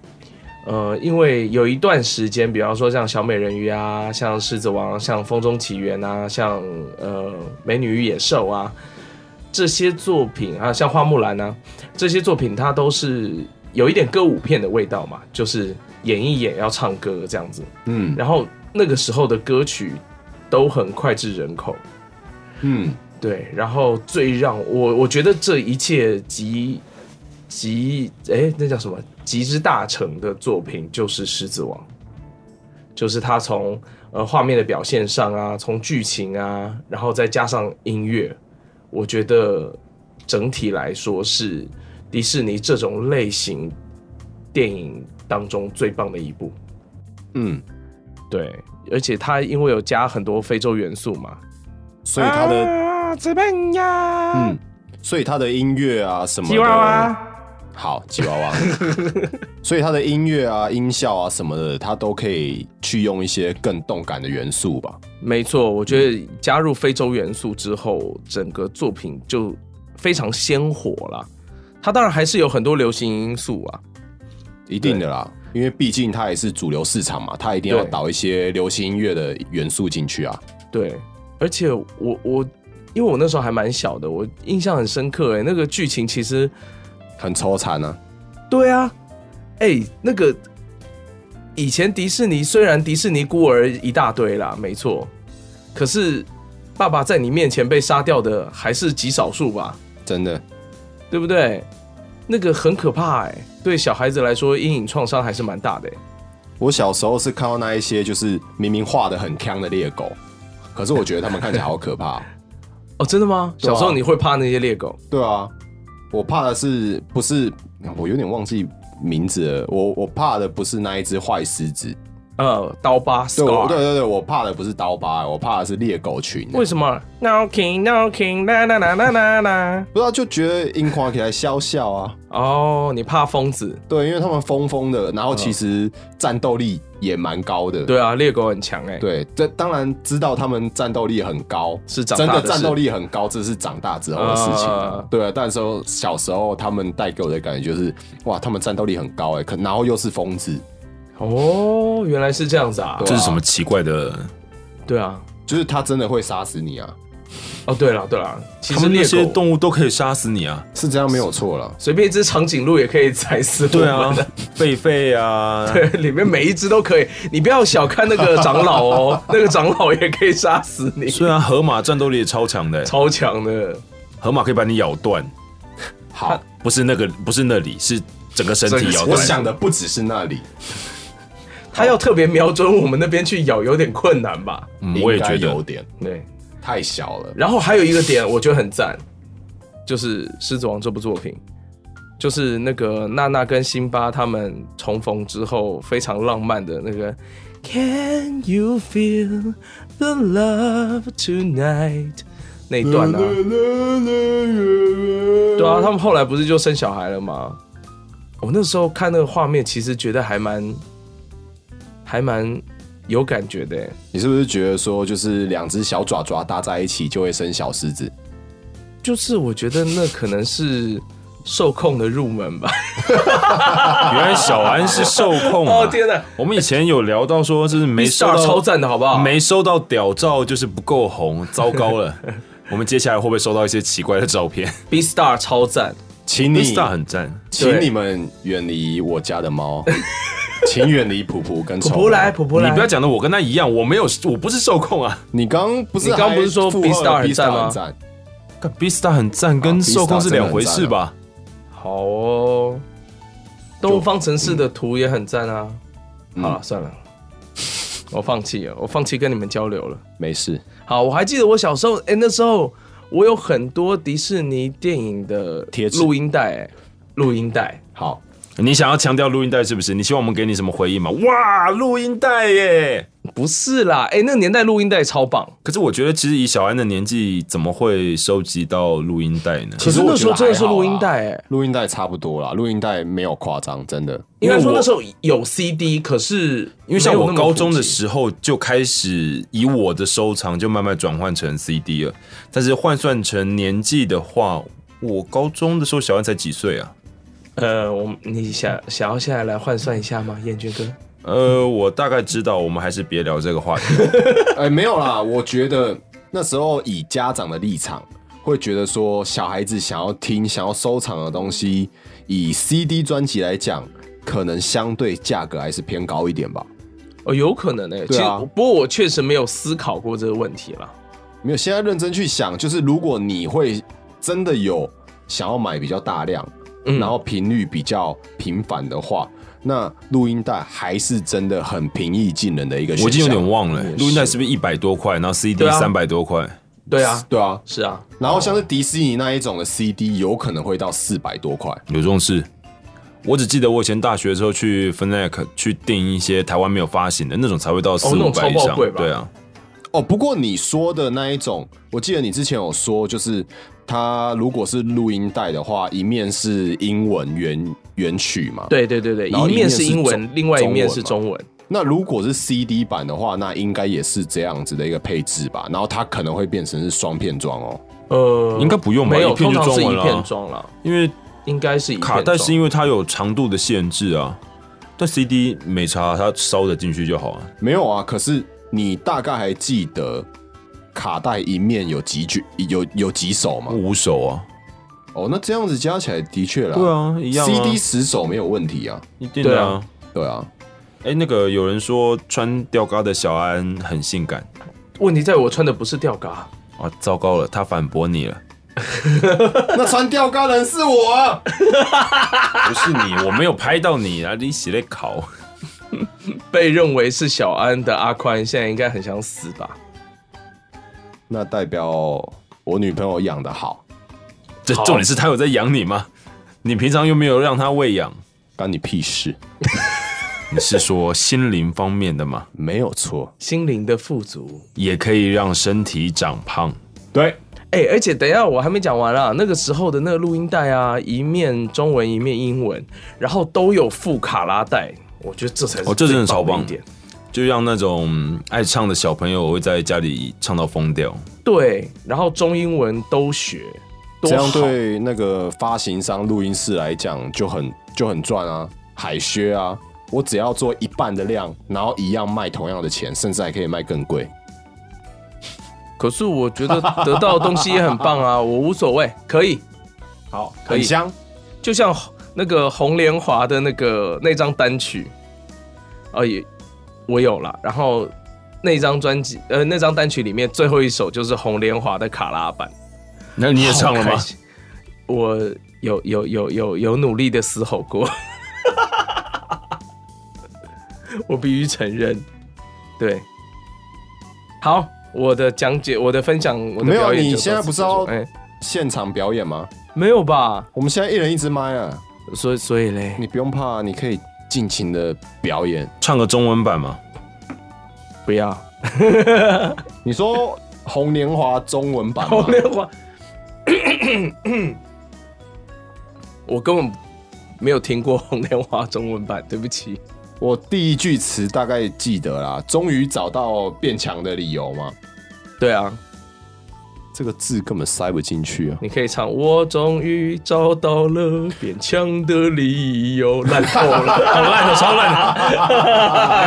Speaker 2: 呃，因为有一段时间，比方说像小美人鱼啊，像狮子王，像风中奇缘啊，像呃美女与野兽啊这些作品啊，像花木兰啊这些作品，它都是有一点歌舞片的味道嘛，就是演一演要唱歌这样子。
Speaker 1: 嗯
Speaker 2: 然后那个时候的歌曲都很脍炙人口，
Speaker 1: 嗯，
Speaker 2: 对。然后最让我我觉得这一切集集哎那叫什么集之大成的作品就是《狮子王》，就是他从呃画面的表现上啊，从剧情啊，然后再加上音乐，我觉得整体来说是迪士尼这种类型电影当中最棒的一部。
Speaker 1: 嗯，
Speaker 2: 对，而且它因为有加很多非洲元素嘛，
Speaker 1: 所以他的、
Speaker 2: 啊，怎么样？
Speaker 1: 嗯，所以他的音乐啊什么的，
Speaker 2: 吉娃娃，
Speaker 1: 好吉娃娃，所以他的音乐啊、音效啊什么的，他都可以去用一些更动感的元素吧。
Speaker 2: 没错，我觉得加入非洲元素之后，整个作品就非常鲜活了。它当然还是有很多流行因素啊，
Speaker 1: 一定的啦，因为毕竟它也是主流市场嘛，它一定要
Speaker 2: 对
Speaker 1: 导一些流行音乐的元素进去啊。
Speaker 2: 对，而且我我因为我那时候还蛮小的，我印象很深刻哎、那个剧情其实
Speaker 1: 很抽惨啊，
Speaker 2: 对啊，哎、那个以前迪士尼虽然迪士尼孤儿一大堆啦，没错，可是爸爸在你面前被杀掉的还是极少数吧，
Speaker 1: 真的。
Speaker 2: 对不对？那个很可怕哎、对小孩子来说阴影创伤还是蛮大的、欸。
Speaker 1: 我小时候是看到那一些就是明明画的很强的猎狗，可是我觉得他们看起来好可怕哦、
Speaker 2: 哦，真的吗？
Speaker 1: 对啊
Speaker 2: 小时候你会怕那些猎狗？
Speaker 1: 对啊，我怕的是不是？我有点忘记名字了。我我怕的不是那一只坏狮子，
Speaker 2: 呃，刀疤
Speaker 1: 对我对
Speaker 2: scar。
Speaker 1: 对对，我怕的不是刀疤，我怕的是猎狗群。
Speaker 2: 为什么？Knocking, knocking, 啦啦啦啦啦啦。
Speaker 1: 不知道就觉得樱花起来笑笑啊，
Speaker 2: 哦，你怕疯子？
Speaker 1: 对，因为他们疯疯的，然后其实战斗力也蛮高的。
Speaker 2: 嗯对啊，猎狗很强哎、欸。
Speaker 1: 对，这当然知道他们战斗力很高，
Speaker 2: 是长
Speaker 1: 真
Speaker 2: 大
Speaker 1: 的
Speaker 2: 的
Speaker 1: 战斗
Speaker 2: 事
Speaker 1: 力很高，这是长大之后的事情啊。
Speaker 2: 啊
Speaker 1: 对啊，但是小时候他们带给我的感觉就是，哇，他们战斗力很高哎、可然后又是疯子，
Speaker 2: 哦，原来是这样子啊
Speaker 1: 对。
Speaker 3: 这是什么奇怪的？
Speaker 2: 对啊。
Speaker 1: 就是他真的会杀死你啊，
Speaker 2: 哦，对了对了，其
Speaker 3: 他
Speaker 2: 实
Speaker 3: 们那
Speaker 2: 猎
Speaker 3: 些
Speaker 2: 狗
Speaker 3: 动物都可以杀死你啊！
Speaker 1: 是这样没有错了。
Speaker 2: 随便一只长颈鹿也可以踩死我
Speaker 3: 对
Speaker 2: 们
Speaker 3: 啊
Speaker 2: 的。，
Speaker 3: 狒狒啊，
Speaker 2: 对， 里面每一只都可以，你不要小看那个长老哦，那个长老也可以杀死你，
Speaker 3: 虽然河马战斗力也超强的，欸
Speaker 2: 超强的，
Speaker 3: 河马可以把你咬断，
Speaker 1: 好，
Speaker 3: 不是那个，不是那里，是整个身体咬
Speaker 1: 我
Speaker 3: 断。
Speaker 1: 想的不只是那里，
Speaker 2: 他要特别瞄准我们那边去咬，有点困难吧？
Speaker 3: 嗯，我也
Speaker 1: 应该
Speaker 3: 觉
Speaker 1: 有
Speaker 3: 得，
Speaker 1: 点
Speaker 2: 对，
Speaker 1: 太小了。
Speaker 2: 然后还有一个点，我觉得很赞，就是《狮子王》这部作品，就是那个娜娜跟辛巴他们重逢之后非常浪漫的那个。Can you feel the love tonight？那一段呢、对啊，他们后来不是就生小孩了吗？我那时候看那个画面，其实觉得还蛮，还蛮有感觉的耶。欸
Speaker 1: 你是不是觉得说，就是两只小爪爪搭在一起就会生小狮子？
Speaker 2: 就是我觉得那可能是受控的入门吧。
Speaker 3: 原来小安是受控、啊。
Speaker 2: 哦天哪，
Speaker 3: 我们以前有聊到说，就是没收到
Speaker 2: Star 超赞的啊好不好
Speaker 3: 没收到屌照就是不够红，糟糕了。我们接下来会不会收到一些奇怪的照片
Speaker 2: B Star 超赞，
Speaker 1: 请你
Speaker 3: ？Vista 很赞，
Speaker 1: 请
Speaker 2: 对
Speaker 1: 你们远离我家的 猫，请远离普普跟
Speaker 2: 普
Speaker 1: 丑
Speaker 2: 普来，
Speaker 1: 猫
Speaker 2: 普普
Speaker 3: 你
Speaker 2: 来，
Speaker 3: 不要讲的我跟他一样，我没有，我不是受控啊。
Speaker 1: 你刚刚不是
Speaker 2: 你刚
Speaker 1: 还
Speaker 2: 不是说
Speaker 1: 附和
Speaker 2: Beastar 很
Speaker 1: Beastar
Speaker 2: 赞吗
Speaker 1: 很赞
Speaker 3: B Star 很赞，跟受控是两回事吧？
Speaker 2: 好哦。东方城市的图也很赞啊。好了，算了， 我放弃了，我放弃跟你们交流了。
Speaker 1: 没事，
Speaker 2: 好，我还记得我小时候，哎、那时候我有很多迪士尼电影的
Speaker 1: 贴纸
Speaker 2: 录音带、诶录音带。
Speaker 1: 好，
Speaker 3: 你想要强调录音带是不是？你希望我们给你什么回应吗？哇，录音带耶！
Speaker 2: 不是啦，哎、那个年代录音带超棒。
Speaker 3: 可是我觉得，其实以小安的年纪，怎么会收集到录音带呢？
Speaker 1: 其
Speaker 2: 可
Speaker 1: 实
Speaker 2: 是
Speaker 1: 我
Speaker 2: 那
Speaker 1: 觉
Speaker 2: 时
Speaker 1: 得
Speaker 2: 候真的
Speaker 1: 还
Speaker 2: 是
Speaker 1: 好啦
Speaker 2: 录音带哎
Speaker 1: 录音带差不多啦，录音带没有夸张，真的。
Speaker 2: 应该说那时
Speaker 3: 候，
Speaker 2: 候有 CD，可是
Speaker 3: 因为像
Speaker 2: 没有
Speaker 3: 我
Speaker 2: 那么
Speaker 3: 高中的
Speaker 2: 普及
Speaker 3: 时候就开始以我的收藏就慢慢转换成 CD 了，但是换算成年纪的话，我高中的时候小安才几岁啊？
Speaker 2: 呃，我们你想想要现在来换算一下吗，燕君哥？
Speaker 3: 呃，我大概知道，我们还是别聊这个话 题。
Speaker 1: 哎，没有啦，我觉得那时候以家长的立场，会觉得说小孩子想要听、想要收藏的东西，以 CD 专辑来讲，可能相对价格还是偏高一点吧。
Speaker 2: 哦，有可能哎、其
Speaker 1: 对
Speaker 2: 实
Speaker 1: 啊
Speaker 2: 不过我确实没有思考过这个问题啦。
Speaker 1: 没有，现在认真去想，就是如果你会真的有想要买比较大量，
Speaker 2: 嗯
Speaker 1: 然后频率比较频繁的话，那录音带还是真的很平易近人的一个选项。
Speaker 3: 我已经有点忘了、
Speaker 1: 也是
Speaker 3: 录音带是不是一百多块，然后 CD
Speaker 2: 对啊
Speaker 3: 三百多块？
Speaker 2: 对啊，
Speaker 1: 对啊，
Speaker 2: 是啊，
Speaker 1: 然后像是迪士尼那一种的 CD，有可能会到四百多块。
Speaker 3: 有这种事？我只记得我以前大学的时候去 Fnac 去订一些台湾没有发行的那种，才会到四
Speaker 2: 哦那
Speaker 3: 五
Speaker 2: 种
Speaker 3: 百
Speaker 2: 超
Speaker 3: 以
Speaker 2: 爆
Speaker 3: 上。
Speaker 2: 贵吧
Speaker 3: 对啊，
Speaker 1: 哦，不过你说的那一种，我记得你之前有说，就是它如果是录音带的话，一面是英文原原曲嘛，。
Speaker 2: 对对对对，
Speaker 1: 然后
Speaker 2: 一
Speaker 1: 一面
Speaker 2: 面
Speaker 1: 是
Speaker 2: 是英文，
Speaker 1: 中
Speaker 2: 另外一面是
Speaker 1: 中
Speaker 2: 中文。
Speaker 1: 那如果是 CD 版的话，那应该也是这样子的一个配置吧。然后它可能会变成是双片装哦。
Speaker 2: 呃，
Speaker 3: 应该不用吧
Speaker 2: 没有，
Speaker 3: 一片
Speaker 2: 通
Speaker 3: 就
Speaker 2: 常是
Speaker 3: 装完
Speaker 2: 一
Speaker 3: 了啊
Speaker 2: 片装了，
Speaker 3: 因为
Speaker 2: 应该是一片
Speaker 3: 卡带是
Speaker 2: 为
Speaker 3: 因为它有长度的限制啊，但 CD 没差，它烧的进去就好了。
Speaker 1: 没有啊，可是你大概还记得卡带一面有几卷，有有几首吗？
Speaker 3: 五首啊，
Speaker 1: 哦，那这样子加起来的确啦，
Speaker 3: 对啊，一样、啊、
Speaker 1: ，CD 十首没有问题啊，
Speaker 3: 一定的
Speaker 2: 对
Speaker 3: 啊
Speaker 2: 啊。
Speaker 1: 对啊，
Speaker 3: 哎、那个有人说穿吊嘎的小安很性感
Speaker 2: 问题在我穿的不是吊嘎，
Speaker 3: 啊，糟糕了，他反驳你了，
Speaker 1: 那穿吊杆人是我啊，
Speaker 3: 不是你，我没有拍到你啊，你洗在考。
Speaker 2: 被认为是小安的阿宽，现在应该很想死吧？
Speaker 1: 那代表我女朋友养的好，
Speaker 3: 这重点是他有在养你吗？你平常又没有让他喂养，
Speaker 1: 干你屁事，
Speaker 3: 你是说心灵方面的吗？
Speaker 1: 没有错，
Speaker 2: 心灵的富足。
Speaker 3: 也可以让身体长胖。
Speaker 1: 对，
Speaker 2: 哎、而且等一下，我还没讲完啦。那个时候的那个录音带啊，一面中文，一面英文，然后都有附卡拉带，我觉得这才是
Speaker 3: 哦这真的超
Speaker 2: 最棒
Speaker 3: 棒
Speaker 2: 一点。
Speaker 3: 就让那种嗯爱唱的小朋友会在家里唱到疯掉。
Speaker 2: 对，然后中英文都学，多
Speaker 1: 这样
Speaker 2: 好
Speaker 1: 对那个发行商录音室来讲就很就很赚啊，海削啊，我只要做一半的量，然后一样卖同样的钱，甚至还可以卖更贵。
Speaker 2: 可是我觉得得到的东西也很棒啊，我无所谓，可以。
Speaker 1: 好，
Speaker 2: 可以
Speaker 1: 很香。
Speaker 2: 就像那个红莲华的那个那张单曲，呃，也我有了。然后那张专辑，呃，那张单曲里面最后一首就是红莲华的卡拉版。
Speaker 3: 那你也唱了
Speaker 2: 好
Speaker 3: 吗
Speaker 2: 开？心？我有有有有有努力的嘶吼过， 我必须承认。对，好，我的讲解，我的分享，我的
Speaker 1: 没有
Speaker 2: 表演
Speaker 1: 你
Speaker 2: 就到
Speaker 1: 现在
Speaker 2: 此
Speaker 1: 不是
Speaker 2: 结束
Speaker 1: 要
Speaker 2: 哎、
Speaker 1: 现场表演吗？
Speaker 2: 没有吧？
Speaker 1: 我们现在一人一支麦啊，
Speaker 2: 所以所以嘞，
Speaker 1: 你不用怕，啊你可以尽情的表演。
Speaker 3: 唱个中文版嘛？
Speaker 2: 不要
Speaker 1: 你 说《红莲华》中文版吗
Speaker 2: 红？莲花， 我根本没有听过红莲花中文版，对不起。
Speaker 1: 我第一句词大概记得啦，终于找到变强的理由嘛。
Speaker 2: 对啊，
Speaker 1: 这个字根本塞不进去啊！
Speaker 2: 你可以唱《我终于找到了变强的理由》，烂透 了，很烂的，超烂的，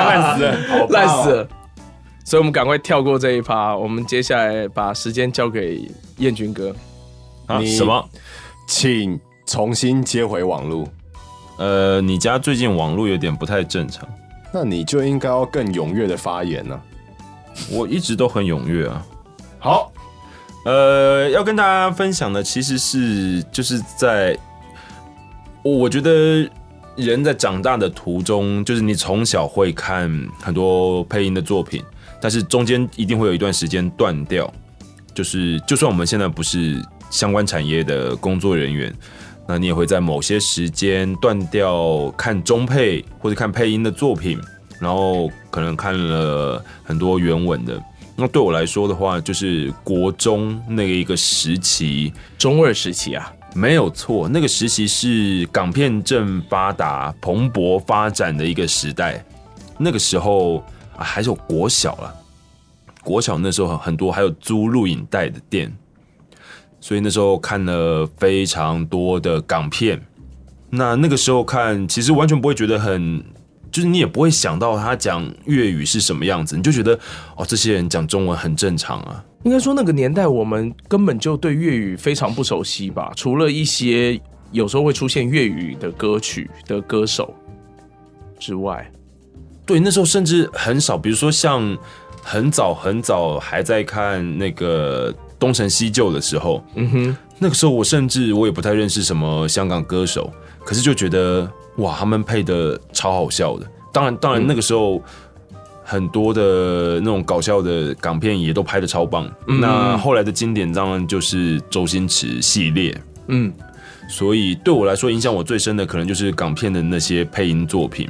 Speaker 1: 烂死了，好棒哦
Speaker 2: 烂死！了。所以我们赶快跳过这一趴，我们接下来把时间交给燕军哥。
Speaker 3: 啊，
Speaker 1: 你
Speaker 3: 什么？
Speaker 1: 请重新接回网路，
Speaker 3: 呃，你家最近网络有点不太正常。
Speaker 1: 那你就应该要更踊跃的发言 啊呢、
Speaker 3: 我一直都很踊跃啊。
Speaker 1: 好，
Speaker 3: 呃，要跟大家分享的其实是就是在，我我觉得人在长大的途中，就是你从小会看很多配音的作品，但是中间一定会有一段时间断掉。就是就算我们现在不是相关产业的工作人员，那你也会在某些时间断掉看中配或者看配音的作品，然后可能看了很多原文的。那对我来说的话，就是国中那个一个时期，
Speaker 2: 中二时期啊，
Speaker 3: 没有错，那个时期是港片正发达、蓬勃发展的一个时代。那个时候、啊、还是有国小了，国小那时候很多还有租录影带的店，所以那时候看了非常多的港片。那那个时候看，其实完全不会觉得很，就是你也不会想到他讲粤语是什么样子，你就觉得哦，这些人讲中文很正常啊。
Speaker 2: 应该说那个年代我们根本就对粤语非常不熟悉吧，除了一些有时候会出现粤语的歌曲的歌手之外，
Speaker 3: 对，那时候甚至很少，比如说像很早很早还在看那个东成西就的时候，
Speaker 2: 嗯哼。
Speaker 3: 那个时候我甚至我也不太认识什么香港歌手，可是就觉得哇，他们配的超好笑的。当然，
Speaker 2: 嗯
Speaker 3: 当然那个时候。很多的那种搞笑的港片也都拍的超棒，
Speaker 2: 嗯
Speaker 3: 那后来的经典当然就是周星驰系列，
Speaker 2: 嗯，
Speaker 3: 所以对我来说，影响我最深的可能就是港片的那些配音作品。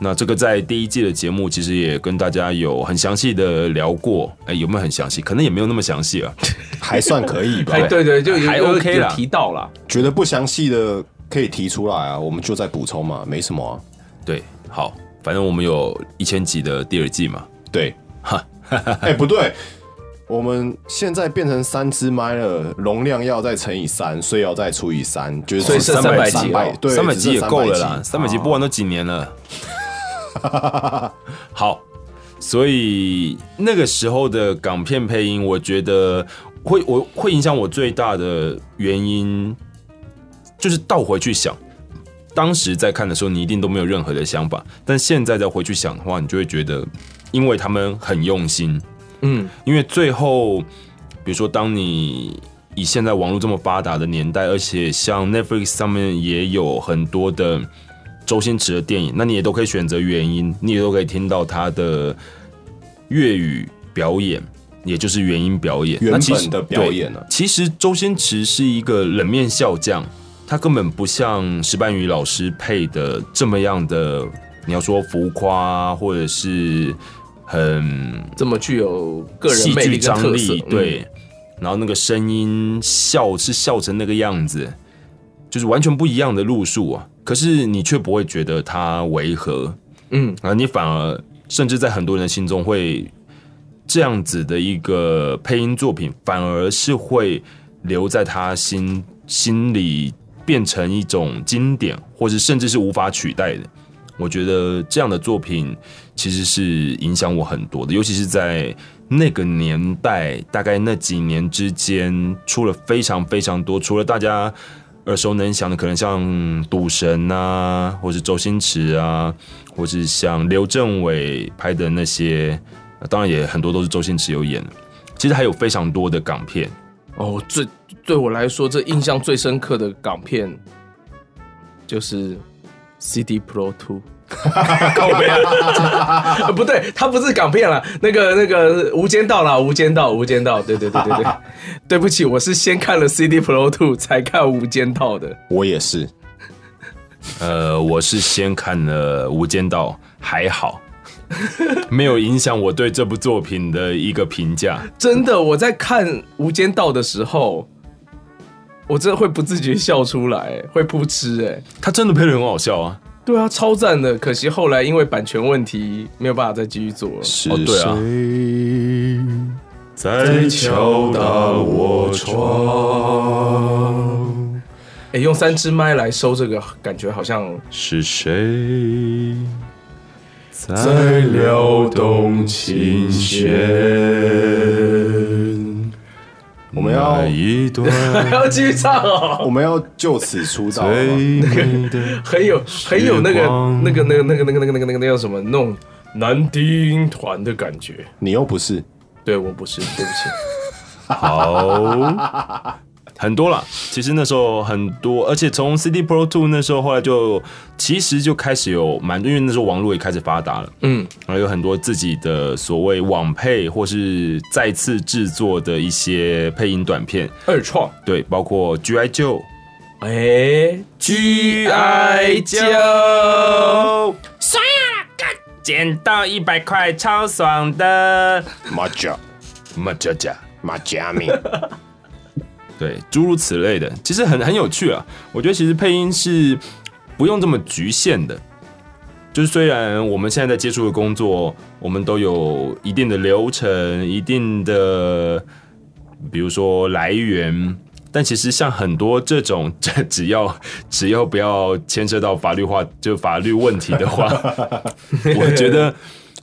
Speaker 3: 那这个在第一季的节目其实也跟大家有很详细的聊过，哎，有没有很详细？可能也没有那么详细啊。
Speaker 1: 还算可以吧
Speaker 2: 哎、？对对，就有
Speaker 3: 还
Speaker 2: 有
Speaker 3: OK
Speaker 2: 有
Speaker 3: 啦
Speaker 2: 提到啦。
Speaker 1: 觉得不详细的可以提出来啊，我们就再补充嘛，没什么、啊。
Speaker 3: 对，好，反正我们有一千集的第二季嘛。
Speaker 1: 对，哈，哎、不对，我们现在变成三支麦了，容量要再乘以三，所以要再除以三，就是
Speaker 2: 所以剩300
Speaker 1: 300
Speaker 2: 集
Speaker 1: 300
Speaker 2: 哦
Speaker 1: 对，
Speaker 3: 三百集
Speaker 1: 只
Speaker 3: 也
Speaker 1: 剩
Speaker 3: 够了
Speaker 1: 300
Speaker 3: 啦，
Speaker 1: 集
Speaker 3: 三百集播完都几年了。 好，所以那个时候的港片配音，我觉得会我会影响我最大的原因，就是倒回去想，当时在看的时候，你一定都没有任何的想法，但现在再回去想的话，你就会觉得，因为他们很用心，
Speaker 2: 嗯，
Speaker 3: 因为最后，比如说，当你以现在网络这么发达的年代，而且像 Netflix 上面也有很多的周星驰的电影，那你也都可以选择原因，你也都可以听到他的粤语表演，也就是原音表演，
Speaker 1: 原
Speaker 3: 那其实
Speaker 1: 本的表演啊
Speaker 3: 对其实周星驰是一个冷面笑匠，他根本不像石斑鱼老师配的这么样的，你要说浮夸啊或者是很
Speaker 2: 这么具有个人
Speaker 3: 戏
Speaker 2: 魅
Speaker 3: 剧
Speaker 2: 力跟
Speaker 3: 张
Speaker 2: 特色嗯
Speaker 3: 力，，对。然后那个声音笑是笑成那个样子，就是完全不一样的路数啊。可是你却不会觉得它违和，
Speaker 2: 嗯，
Speaker 3: 啊，你反而甚至在很多人的心中会这样子的一个配音作品，反而是会留在他心心里，变成一种经典，或是甚至是无法取代的。我觉得这样的作品其实是影响我很多的，尤其是在那个年代，大概那几年之间，出了非常非常多，除了大家耳熟能详的，可能像赌神啊，或是周星驰啊，或是像刘镇伟拍的那些，呃当然也很多都是周星驰有演的。其实还有非常多的港片，
Speaker 2: 哦，最对我来说，这印象最深刻的港片就是《CD Pro Two》。告别、 啊，不对，它不是港片啦，那个那个《无间道》啦，《无间道》《无间道》，对对对对对，对不起，我是先看了《CD Pro Two》才看《无间道》的。
Speaker 1: 我也是，
Speaker 3: 呃，我是先看了《无间道》，还好，没有影响我对这部作品的一个评价。
Speaker 2: 真的，我在看《无间道》的时候，我真的会不自觉笑出来，会扑哧哎。
Speaker 3: 他真的配的很好笑啊！
Speaker 2: 对啊，超赞的。可惜后来因为版权问题，没有办法再继续做了。
Speaker 1: 是
Speaker 3: 哦对啊
Speaker 1: 谁
Speaker 3: 在
Speaker 1: 敲打我
Speaker 3: 窗，
Speaker 2: 哎、用三支麦来收这个，感觉好像
Speaker 3: 是谁
Speaker 1: 在
Speaker 3: 在
Speaker 1: 撩动琴弦？我们要
Speaker 3: 那一段
Speaker 2: 还要继续唱哦，
Speaker 1: 我们要就此出道了吗。
Speaker 3: 最美的
Speaker 2: 很有很有那个
Speaker 3: 时光
Speaker 2: 那个那个那个那个那个那个那个那叫什么那种男低音团的感觉。
Speaker 1: 你又不是，
Speaker 2: 对我不是，对不起。
Speaker 3: 好。很多啦，其实那时候很多，而且从 CD Pro Two 那时候，后来就其实就开始有蛮，因为那时候网络也开始发达了，
Speaker 2: 嗯，
Speaker 3: 然后有很多自己的所谓网配或是再次制作的一些配音短片，
Speaker 2: 二创。
Speaker 3: 对，包括 G I 舅
Speaker 2: 哎、g I 教。
Speaker 3: 爽呀、捡到一百块，超爽的。
Speaker 1: 马甲
Speaker 3: 么这这，
Speaker 1: 马甲米，
Speaker 3: 对，诸如此类的，其实很很有趣啊。我觉得其实配音是不用这么局限的。就是虽然我们现在在接触的工作，我们都有一定的流程、一定的，比如说来源，但其实像很多这种，这只要只要不要牵涉到法律化，就法律问题的话， 我觉得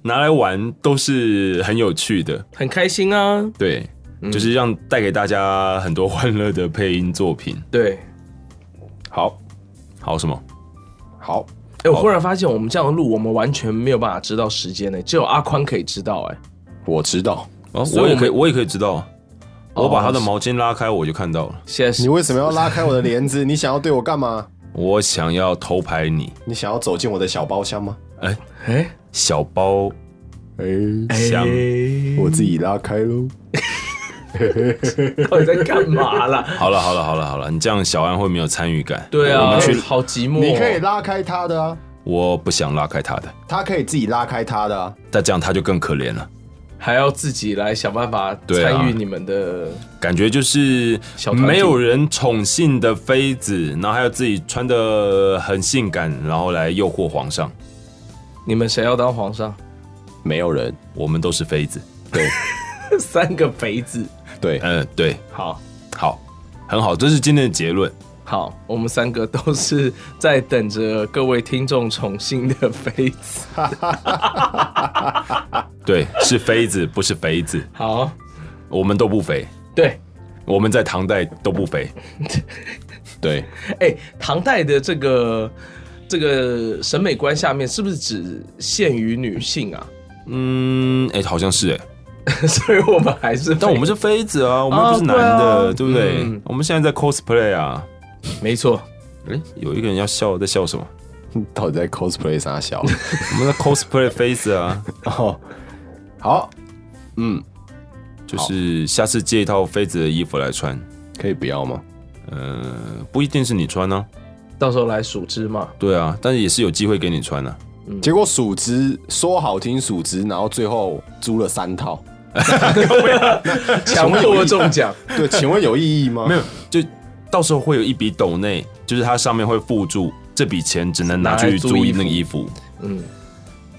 Speaker 3: 拿来玩都是很有趣的。
Speaker 2: 很开心啊，
Speaker 3: 对，就是让带给大家很多欢乐的配音作品。
Speaker 2: 对。
Speaker 1: 好
Speaker 3: 好什么？
Speaker 1: 好，
Speaker 2: 哎、我忽然发现我们这样录，我们完全没有办法知道时间呢、只有阿宽可以知道、哎，
Speaker 1: 我知道。
Speaker 3: 哦，
Speaker 2: 所以
Speaker 3: 我也
Speaker 2: 我们
Speaker 3: 可以，哦我也可以知道。我把他的毛巾拉开，我就看到了。
Speaker 2: 现在
Speaker 1: 你
Speaker 2: 是
Speaker 1: 为什么要拉开我的帘子？你想要对我干嘛？
Speaker 3: 我想要偷拍你，
Speaker 1: 你想要走进我的小包厢吗？
Speaker 2: 哎、
Speaker 3: 小包
Speaker 1: 哎、
Speaker 3: 箱。
Speaker 1: 我自己拉开喽。
Speaker 2: 到底在干嘛啦？
Speaker 3: 好了，好了，好了，好了，你这样小安会没有参与感。
Speaker 2: 对
Speaker 3: 我
Speaker 2: 啊
Speaker 3: 们去，
Speaker 2: 好寂寞哦、
Speaker 1: 你可以拉开他的啊，
Speaker 3: 我不想拉开他的，
Speaker 1: 他可以自己拉开他的啊。
Speaker 3: 但这样他就更可怜了。
Speaker 2: 还要自己来想办法
Speaker 3: 对啊
Speaker 2: 参与你们的，
Speaker 3: 感觉就是
Speaker 2: 小团体
Speaker 3: 没有人宠幸的妃子，然后还有自己穿的很性感，然后来诱惑皇上。
Speaker 2: 你们谁要当皇上？
Speaker 1: 没有人，
Speaker 3: 我们都是妃子，
Speaker 1: 对，
Speaker 2: 三个肥子。
Speaker 1: 对，
Speaker 3: 嗯，对，
Speaker 2: 好，
Speaker 3: 好，很好，这是今天的结论。
Speaker 2: 好，我们三个都是在等着各位听众宠幸的肥 子。
Speaker 3: 对，是妃子，不是肥子，
Speaker 2: 好，
Speaker 3: 我们都不肥，
Speaker 2: 对，
Speaker 3: 我们在唐代都不 肥。
Speaker 1: 对，
Speaker 2: 哎、唐代的这个这个审美观下面是不是只限于女性啊？
Speaker 3: 嗯，哎、好像是哎、
Speaker 2: 所以我们还是，
Speaker 3: 但我们是妃子啊，我们
Speaker 2: 啊
Speaker 3: 又不是男的，
Speaker 2: 对
Speaker 3: 对
Speaker 2: 啊
Speaker 3: 不对、
Speaker 2: 嗯
Speaker 3: 我们现在在 cosplay 啊。
Speaker 2: 没错，
Speaker 3: 哎、有一个人要笑，在笑什么？
Speaker 1: 到底在 cosplay 啥小？
Speaker 3: 我们在 cosplay 妃子啊，
Speaker 1: 哦，好，嗯，
Speaker 3: 就是下次借一套妃子的衣服来穿。
Speaker 1: 可以不要吗？
Speaker 3: 呃，不一定是你穿呢、
Speaker 2: 到时候来数枝嘛。
Speaker 3: 对啊，但是也是有机会给你穿啊呢、
Speaker 2: 嗯
Speaker 1: 结果数值说好听数值，然后最后租了三 套，
Speaker 2: 强迫中奖，
Speaker 1: 对，请问有意义吗？
Speaker 3: 没有，就到时候会有一笔斗内，就是它上面会附注这笔钱只能拿
Speaker 2: 拿来
Speaker 3: 去
Speaker 2: 租
Speaker 3: 租
Speaker 2: 衣
Speaker 3: 那个
Speaker 2: 服
Speaker 3: 衣服。
Speaker 2: 嗯，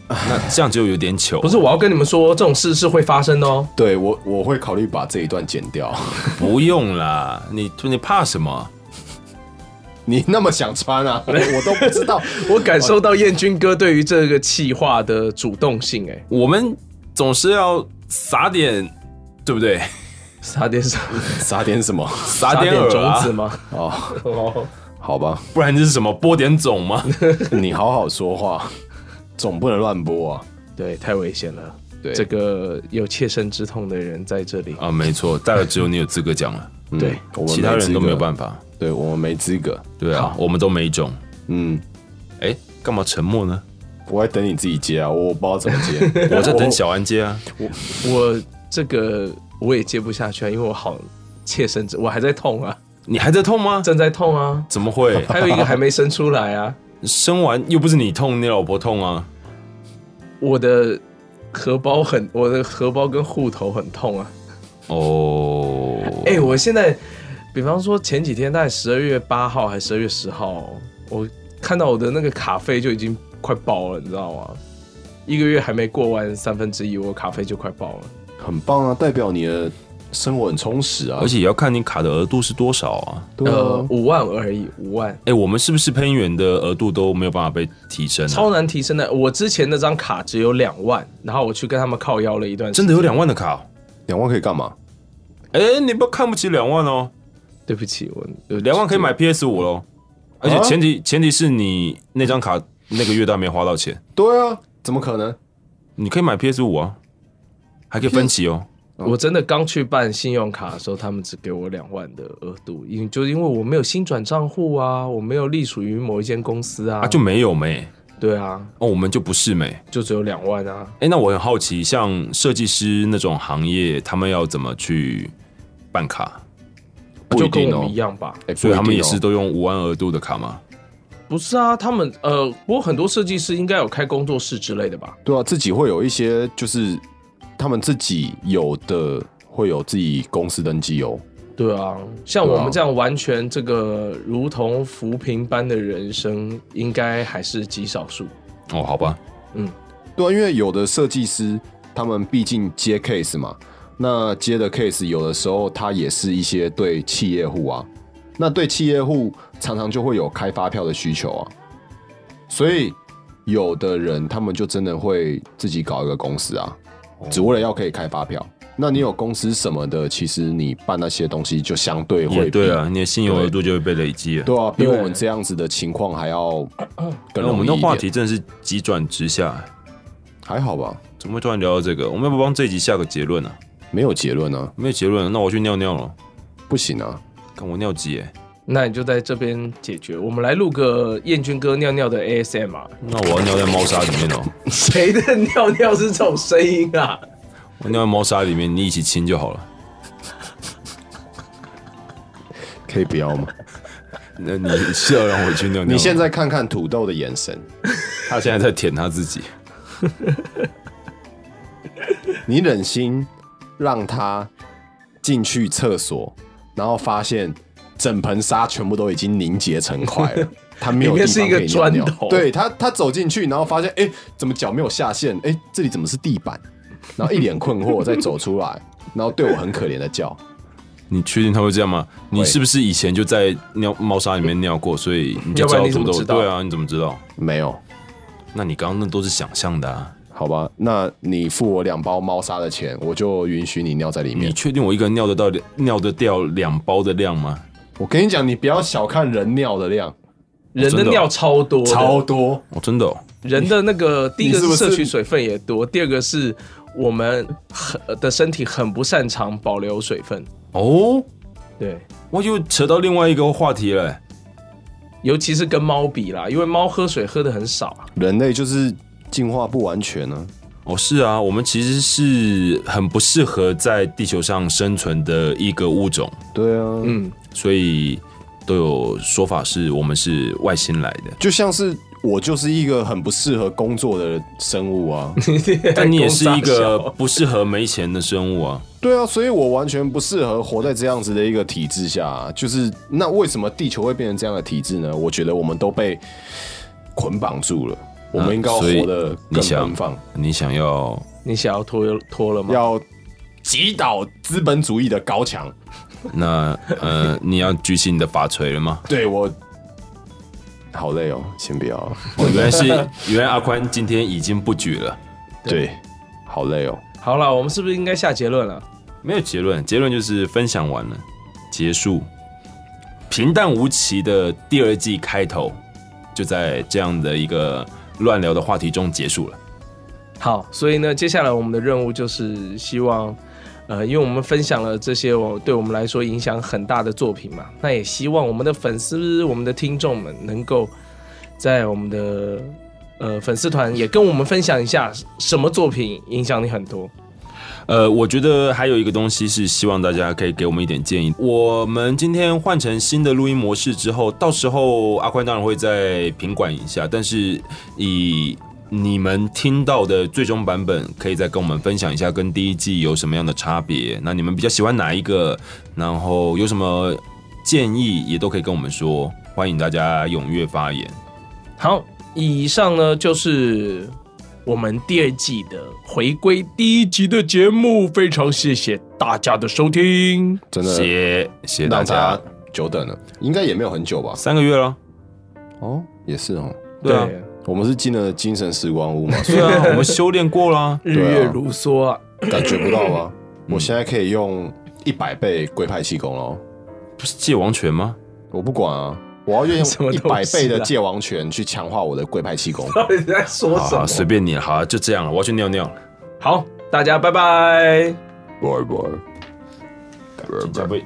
Speaker 3: 那这样就有点糗。
Speaker 2: 不是，我要跟你们说，这种事是会发生的哦。
Speaker 1: 对我我会考虑把这一段剪掉。
Speaker 3: 不用啦，你你怕什么？
Speaker 1: 你那么想穿 啊？我我都不知道。
Speaker 2: 我感受到燕军哥对于这个企划的主动性、哎，
Speaker 3: 我们总是要撒点，对不对？
Speaker 2: 撒点什么
Speaker 1: 撒点什么？
Speaker 3: 撒
Speaker 2: 嗯撒点
Speaker 3: 饵
Speaker 2: 种
Speaker 3: 啊
Speaker 2: 子，吗？
Speaker 1: 哦，
Speaker 2: 哦，
Speaker 1: 好吧，
Speaker 3: 不然就是什么播点种吗？
Speaker 1: 你好好说话，总不能乱播啊。
Speaker 2: 对，太危险了。
Speaker 1: 对
Speaker 2: 这个有切身之痛的人在这里，
Speaker 3: 啊，没错，大概只有你有资格讲了，
Speaker 1: 嗯
Speaker 2: 对
Speaker 1: 我们
Speaker 3: 其他人都没有办
Speaker 1: 法。
Speaker 3: 法。
Speaker 1: 对我们没资格。
Speaker 3: 对啊，我们都没种。
Speaker 1: 嗯，
Speaker 3: 哎，干嘛沉默呢？
Speaker 1: 我在等你自己接啊，我不知道怎么接。
Speaker 3: 我在等小安接啊。
Speaker 2: 我这个我也接不下去啊，因为我好切身之，我还在痛啊，
Speaker 3: 你还在痛吗？
Speaker 2: 正在痛啊，
Speaker 3: 怎么会？
Speaker 2: 还有一个还没生出来啊，
Speaker 3: 生完又不是你痛，你老婆痛啊。
Speaker 2: 我的荷包很，我的荷包跟户头很痛啊。
Speaker 3: 哦，
Speaker 2: 哎、我现在，比方说前几天，大概十二月八号还是十二月十号，我看到我的那个卡费就已经快爆了，你知道吗？一个月还没过完三分之一，我卡费就快爆了。
Speaker 1: 很棒啊，代表你的生活很充实啊。
Speaker 3: 而且也要看你卡的额度是多少啊。
Speaker 1: 对
Speaker 2: 呃
Speaker 1: 啊，，
Speaker 2: 五万而已，五万，
Speaker 3: 哎，我们是不是喷员的额度都没有办法被提升、啊？
Speaker 2: 超难提升的。我之前那张卡只有两万，然后我去跟他们靠腰了一段时
Speaker 3: 真
Speaker 2: 间。
Speaker 3: 的有两万的卡、哦？
Speaker 1: 两万可以干嘛？
Speaker 3: 哎、你不要看不起两万哦，
Speaker 2: 对不起，我
Speaker 3: 两万可以买 PS 五喽。而且前提、前提是你那张卡那个月都还没花到钱，
Speaker 1: 对啊，怎么可能？
Speaker 3: 你可以买 PS 五啊，还可以分期哦。
Speaker 2: 我真的刚去办信用卡的时候，他们只给我两万的额度，因就因为我没有新转账户啊，我没有隶属于某一间公司啊，
Speaker 3: 啊，就没有没
Speaker 2: 对啊，
Speaker 3: 哦，我们就不是没。
Speaker 2: 就只有两万啊。
Speaker 3: 哎、那我很好奇，像设计师那种行业，他们要怎么去办卡？
Speaker 1: 不
Speaker 2: 就
Speaker 1: 一
Speaker 2: 跟
Speaker 1: 定
Speaker 2: 我
Speaker 1: 哦
Speaker 2: 们一。样吧？
Speaker 1: 哎
Speaker 3: 所以他
Speaker 1: 不
Speaker 3: 们
Speaker 1: 一定
Speaker 3: 也
Speaker 1: 哦
Speaker 3: 是都用五万额度的卡吗？
Speaker 2: 不是啊，他们呃，不过很多设计师应该有开工作室之类的吧？
Speaker 1: 对啊，自己会有一些就是他们自己有的会有自己公司登记哦。
Speaker 2: 对啊，像我
Speaker 1: 对
Speaker 2: 们
Speaker 1: 啊
Speaker 2: 这样完全这个如同浮萍般的人生，应该还是极少数。
Speaker 3: 哦，好吧，
Speaker 1: 对啊，因为有的设计师他们毕竟接 case 嘛，那接的 case 有的时候他也是一些对企业户啊，那对企业户常常就会有开发票的需求啊，所以有的人他们就真的会自己搞一个公司啊，
Speaker 3: 哦
Speaker 1: 只为了要可以开发票。那你有公司什么的，其实你办那些东西就相对会
Speaker 3: 也
Speaker 1: 比
Speaker 3: 对啊，你的信用额度就会被累积了。
Speaker 1: 对啊，比
Speaker 2: 对
Speaker 1: 我们这样子的情况还要更
Speaker 3: 那我
Speaker 1: 容
Speaker 3: 们
Speaker 1: 易
Speaker 3: 的
Speaker 1: 一
Speaker 3: 话
Speaker 1: 点。
Speaker 3: 题真的是急转直下，
Speaker 1: 还好吧，
Speaker 3: 怎么会突然聊到这个？我们要不帮这集下个结论呢、啊？
Speaker 1: 没有结论啊，
Speaker 3: 没有结论，那我去尿尿了。
Speaker 1: 不行啊，
Speaker 3: 看我尿急哎，
Speaker 2: 那你就在这边解决。我们来录个燕军哥尿尿的 ASM r
Speaker 3: 那我要尿在猫砂里面哦，
Speaker 2: 啊谁的尿尿是这种声音啊？
Speaker 3: 我尿在猫砂里面，你一起亲就好了。
Speaker 1: 可以不要吗？
Speaker 3: 那你是要让我去尿尿？
Speaker 1: 你现在看看土豆的眼神，
Speaker 3: 他现在在舔他自己，
Speaker 1: 你忍心让他进去厕所，然后发现整盆沙全部都已经凝结成块了。他没有
Speaker 2: 里面
Speaker 1: 地方
Speaker 2: 是一个
Speaker 1: 可以尿尿
Speaker 2: 砖头
Speaker 1: 对他，他走进去，然后发现，哎、怎么脚没有下陷？哎、这里怎么是地板？然后一脸困惑再走出来，然后对我很可怜的叫。
Speaker 3: 你确定他会这样吗？你
Speaker 1: 会
Speaker 3: 是不是以前就在尿猫砂里面尿过，所以你就
Speaker 2: 要不
Speaker 3: 知
Speaker 2: 然
Speaker 3: 道
Speaker 2: 你怎
Speaker 3: 土
Speaker 2: 么
Speaker 3: 豆？
Speaker 2: 知道
Speaker 3: 对啊，你怎么知道？
Speaker 1: 没有，
Speaker 3: 那你刚刚那都是想象的啊！
Speaker 1: 好吧，那你付我两包猫砂的钱，我就允许你尿在里
Speaker 3: 你
Speaker 1: 面。
Speaker 3: 确定我一个人尿得到尿得掉两包的量吗？
Speaker 1: 我跟你讲，你不要小看人尿的量，
Speaker 2: 人的
Speaker 3: 真的哦
Speaker 2: 尿超多的，
Speaker 1: 超多。
Speaker 3: 哦，真的、哦，
Speaker 2: 人的那个第一个
Speaker 1: 你是
Speaker 2: 是
Speaker 1: 不是
Speaker 2: 摄取水分也多，第二个是我们很呃的身体很不擅长保留水分，
Speaker 3: 哦，
Speaker 2: 对，
Speaker 3: 我又扯到另外一个话题了、
Speaker 2: 尤其是跟猫比啦，因为猫喝水喝的很少啊，
Speaker 1: 人类就是进化不完全呢、
Speaker 3: 哦，是啊，我们其实是很不适合在地球上生存的一个物种，
Speaker 1: 对啊，
Speaker 2: 嗯，
Speaker 3: 所以都有说法是我们是外星来的。
Speaker 1: 就像是我就是一个很不适合工作的生物啊。
Speaker 3: 但你也是一个
Speaker 2: 公司大小
Speaker 3: 不适合没钱的生物啊！
Speaker 1: 对啊，所以我完全不适合活在这样子的一个体制下啊、就是那为什么地球会变成这样的体制呢？我觉得我们都被捆绑住了，我们应该要
Speaker 3: 所以
Speaker 1: 活得
Speaker 3: 你
Speaker 1: 更
Speaker 3: 想
Speaker 1: 奔
Speaker 2: 啊
Speaker 1: 放，
Speaker 3: 你想要
Speaker 2: 你想要脱脱了吗？
Speaker 1: 要击倒资本主义的高墙。
Speaker 3: 那呃，你要举起你的法锤了吗？
Speaker 1: 对我好累哦，先不要。
Speaker 3: 哦，原来是原来阿宽今天已经不举了，
Speaker 1: 对，好累哦。
Speaker 2: 好了，我们是不是应该下结论了？
Speaker 3: 没有结论，结论就是分享完了，结束，平淡无奇的第二季开头就在这样的一个乱聊的话题中结束了。
Speaker 2: 好，所以呢，接下来我们的任务就是希望，呃，因为我们分享了这些我对我们来说影响很大的作品嘛，那也希望我们的粉丝、我们的听众们能够在我们的呃粉丝团也跟我们分享一下什么作品影响你很多。
Speaker 3: 呃，我觉得还有一个东西是希望大家可以给我们一点建议。我们今天换成新的录音模式之后，到时候阿宽当然会再品管一下，但是以你们听到的最终版本，可以再跟我们分享一下跟第一季有什么样的差别。那你们比较喜欢哪一个？然后有什么建议也都可以跟我们说，欢迎大家踊跃发言。
Speaker 2: 好，以上呢就是我们第二季的回归第一集的节目，非常谢谢大家的收听。
Speaker 1: 真的
Speaker 3: 谢谢大
Speaker 1: 让
Speaker 3: 家
Speaker 1: 家，久等了，应该也没有很久吧？
Speaker 3: 三个月了，
Speaker 1: 哦，也是哦。
Speaker 3: 对啊，
Speaker 1: 我们是进了精神时光屋嘛，所
Speaker 3: 对啊，我们修炼过啦。
Speaker 2: 日月如梭啊。
Speaker 1: 以感觉不到吗？
Speaker 2: 嗯
Speaker 1: 我现在可以用一百倍龟派气功喽，
Speaker 3: 不是界王拳吗？
Speaker 1: 我不管啊，我要 用
Speaker 2: 什么
Speaker 1: 一
Speaker 2: 东
Speaker 1: 百
Speaker 2: 西啊
Speaker 1: 倍的界王拳去强化我的龟派气 功。
Speaker 2: 到底在说
Speaker 3: 好、啊，随便你，好、啊，就这样了，我要去尿尿了。
Speaker 2: 好，大家拜拜。
Speaker 1: 拜拜。
Speaker 3: 被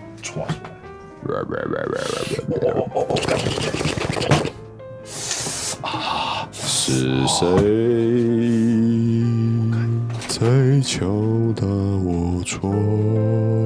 Speaker 1: 是谁在敲打我窗？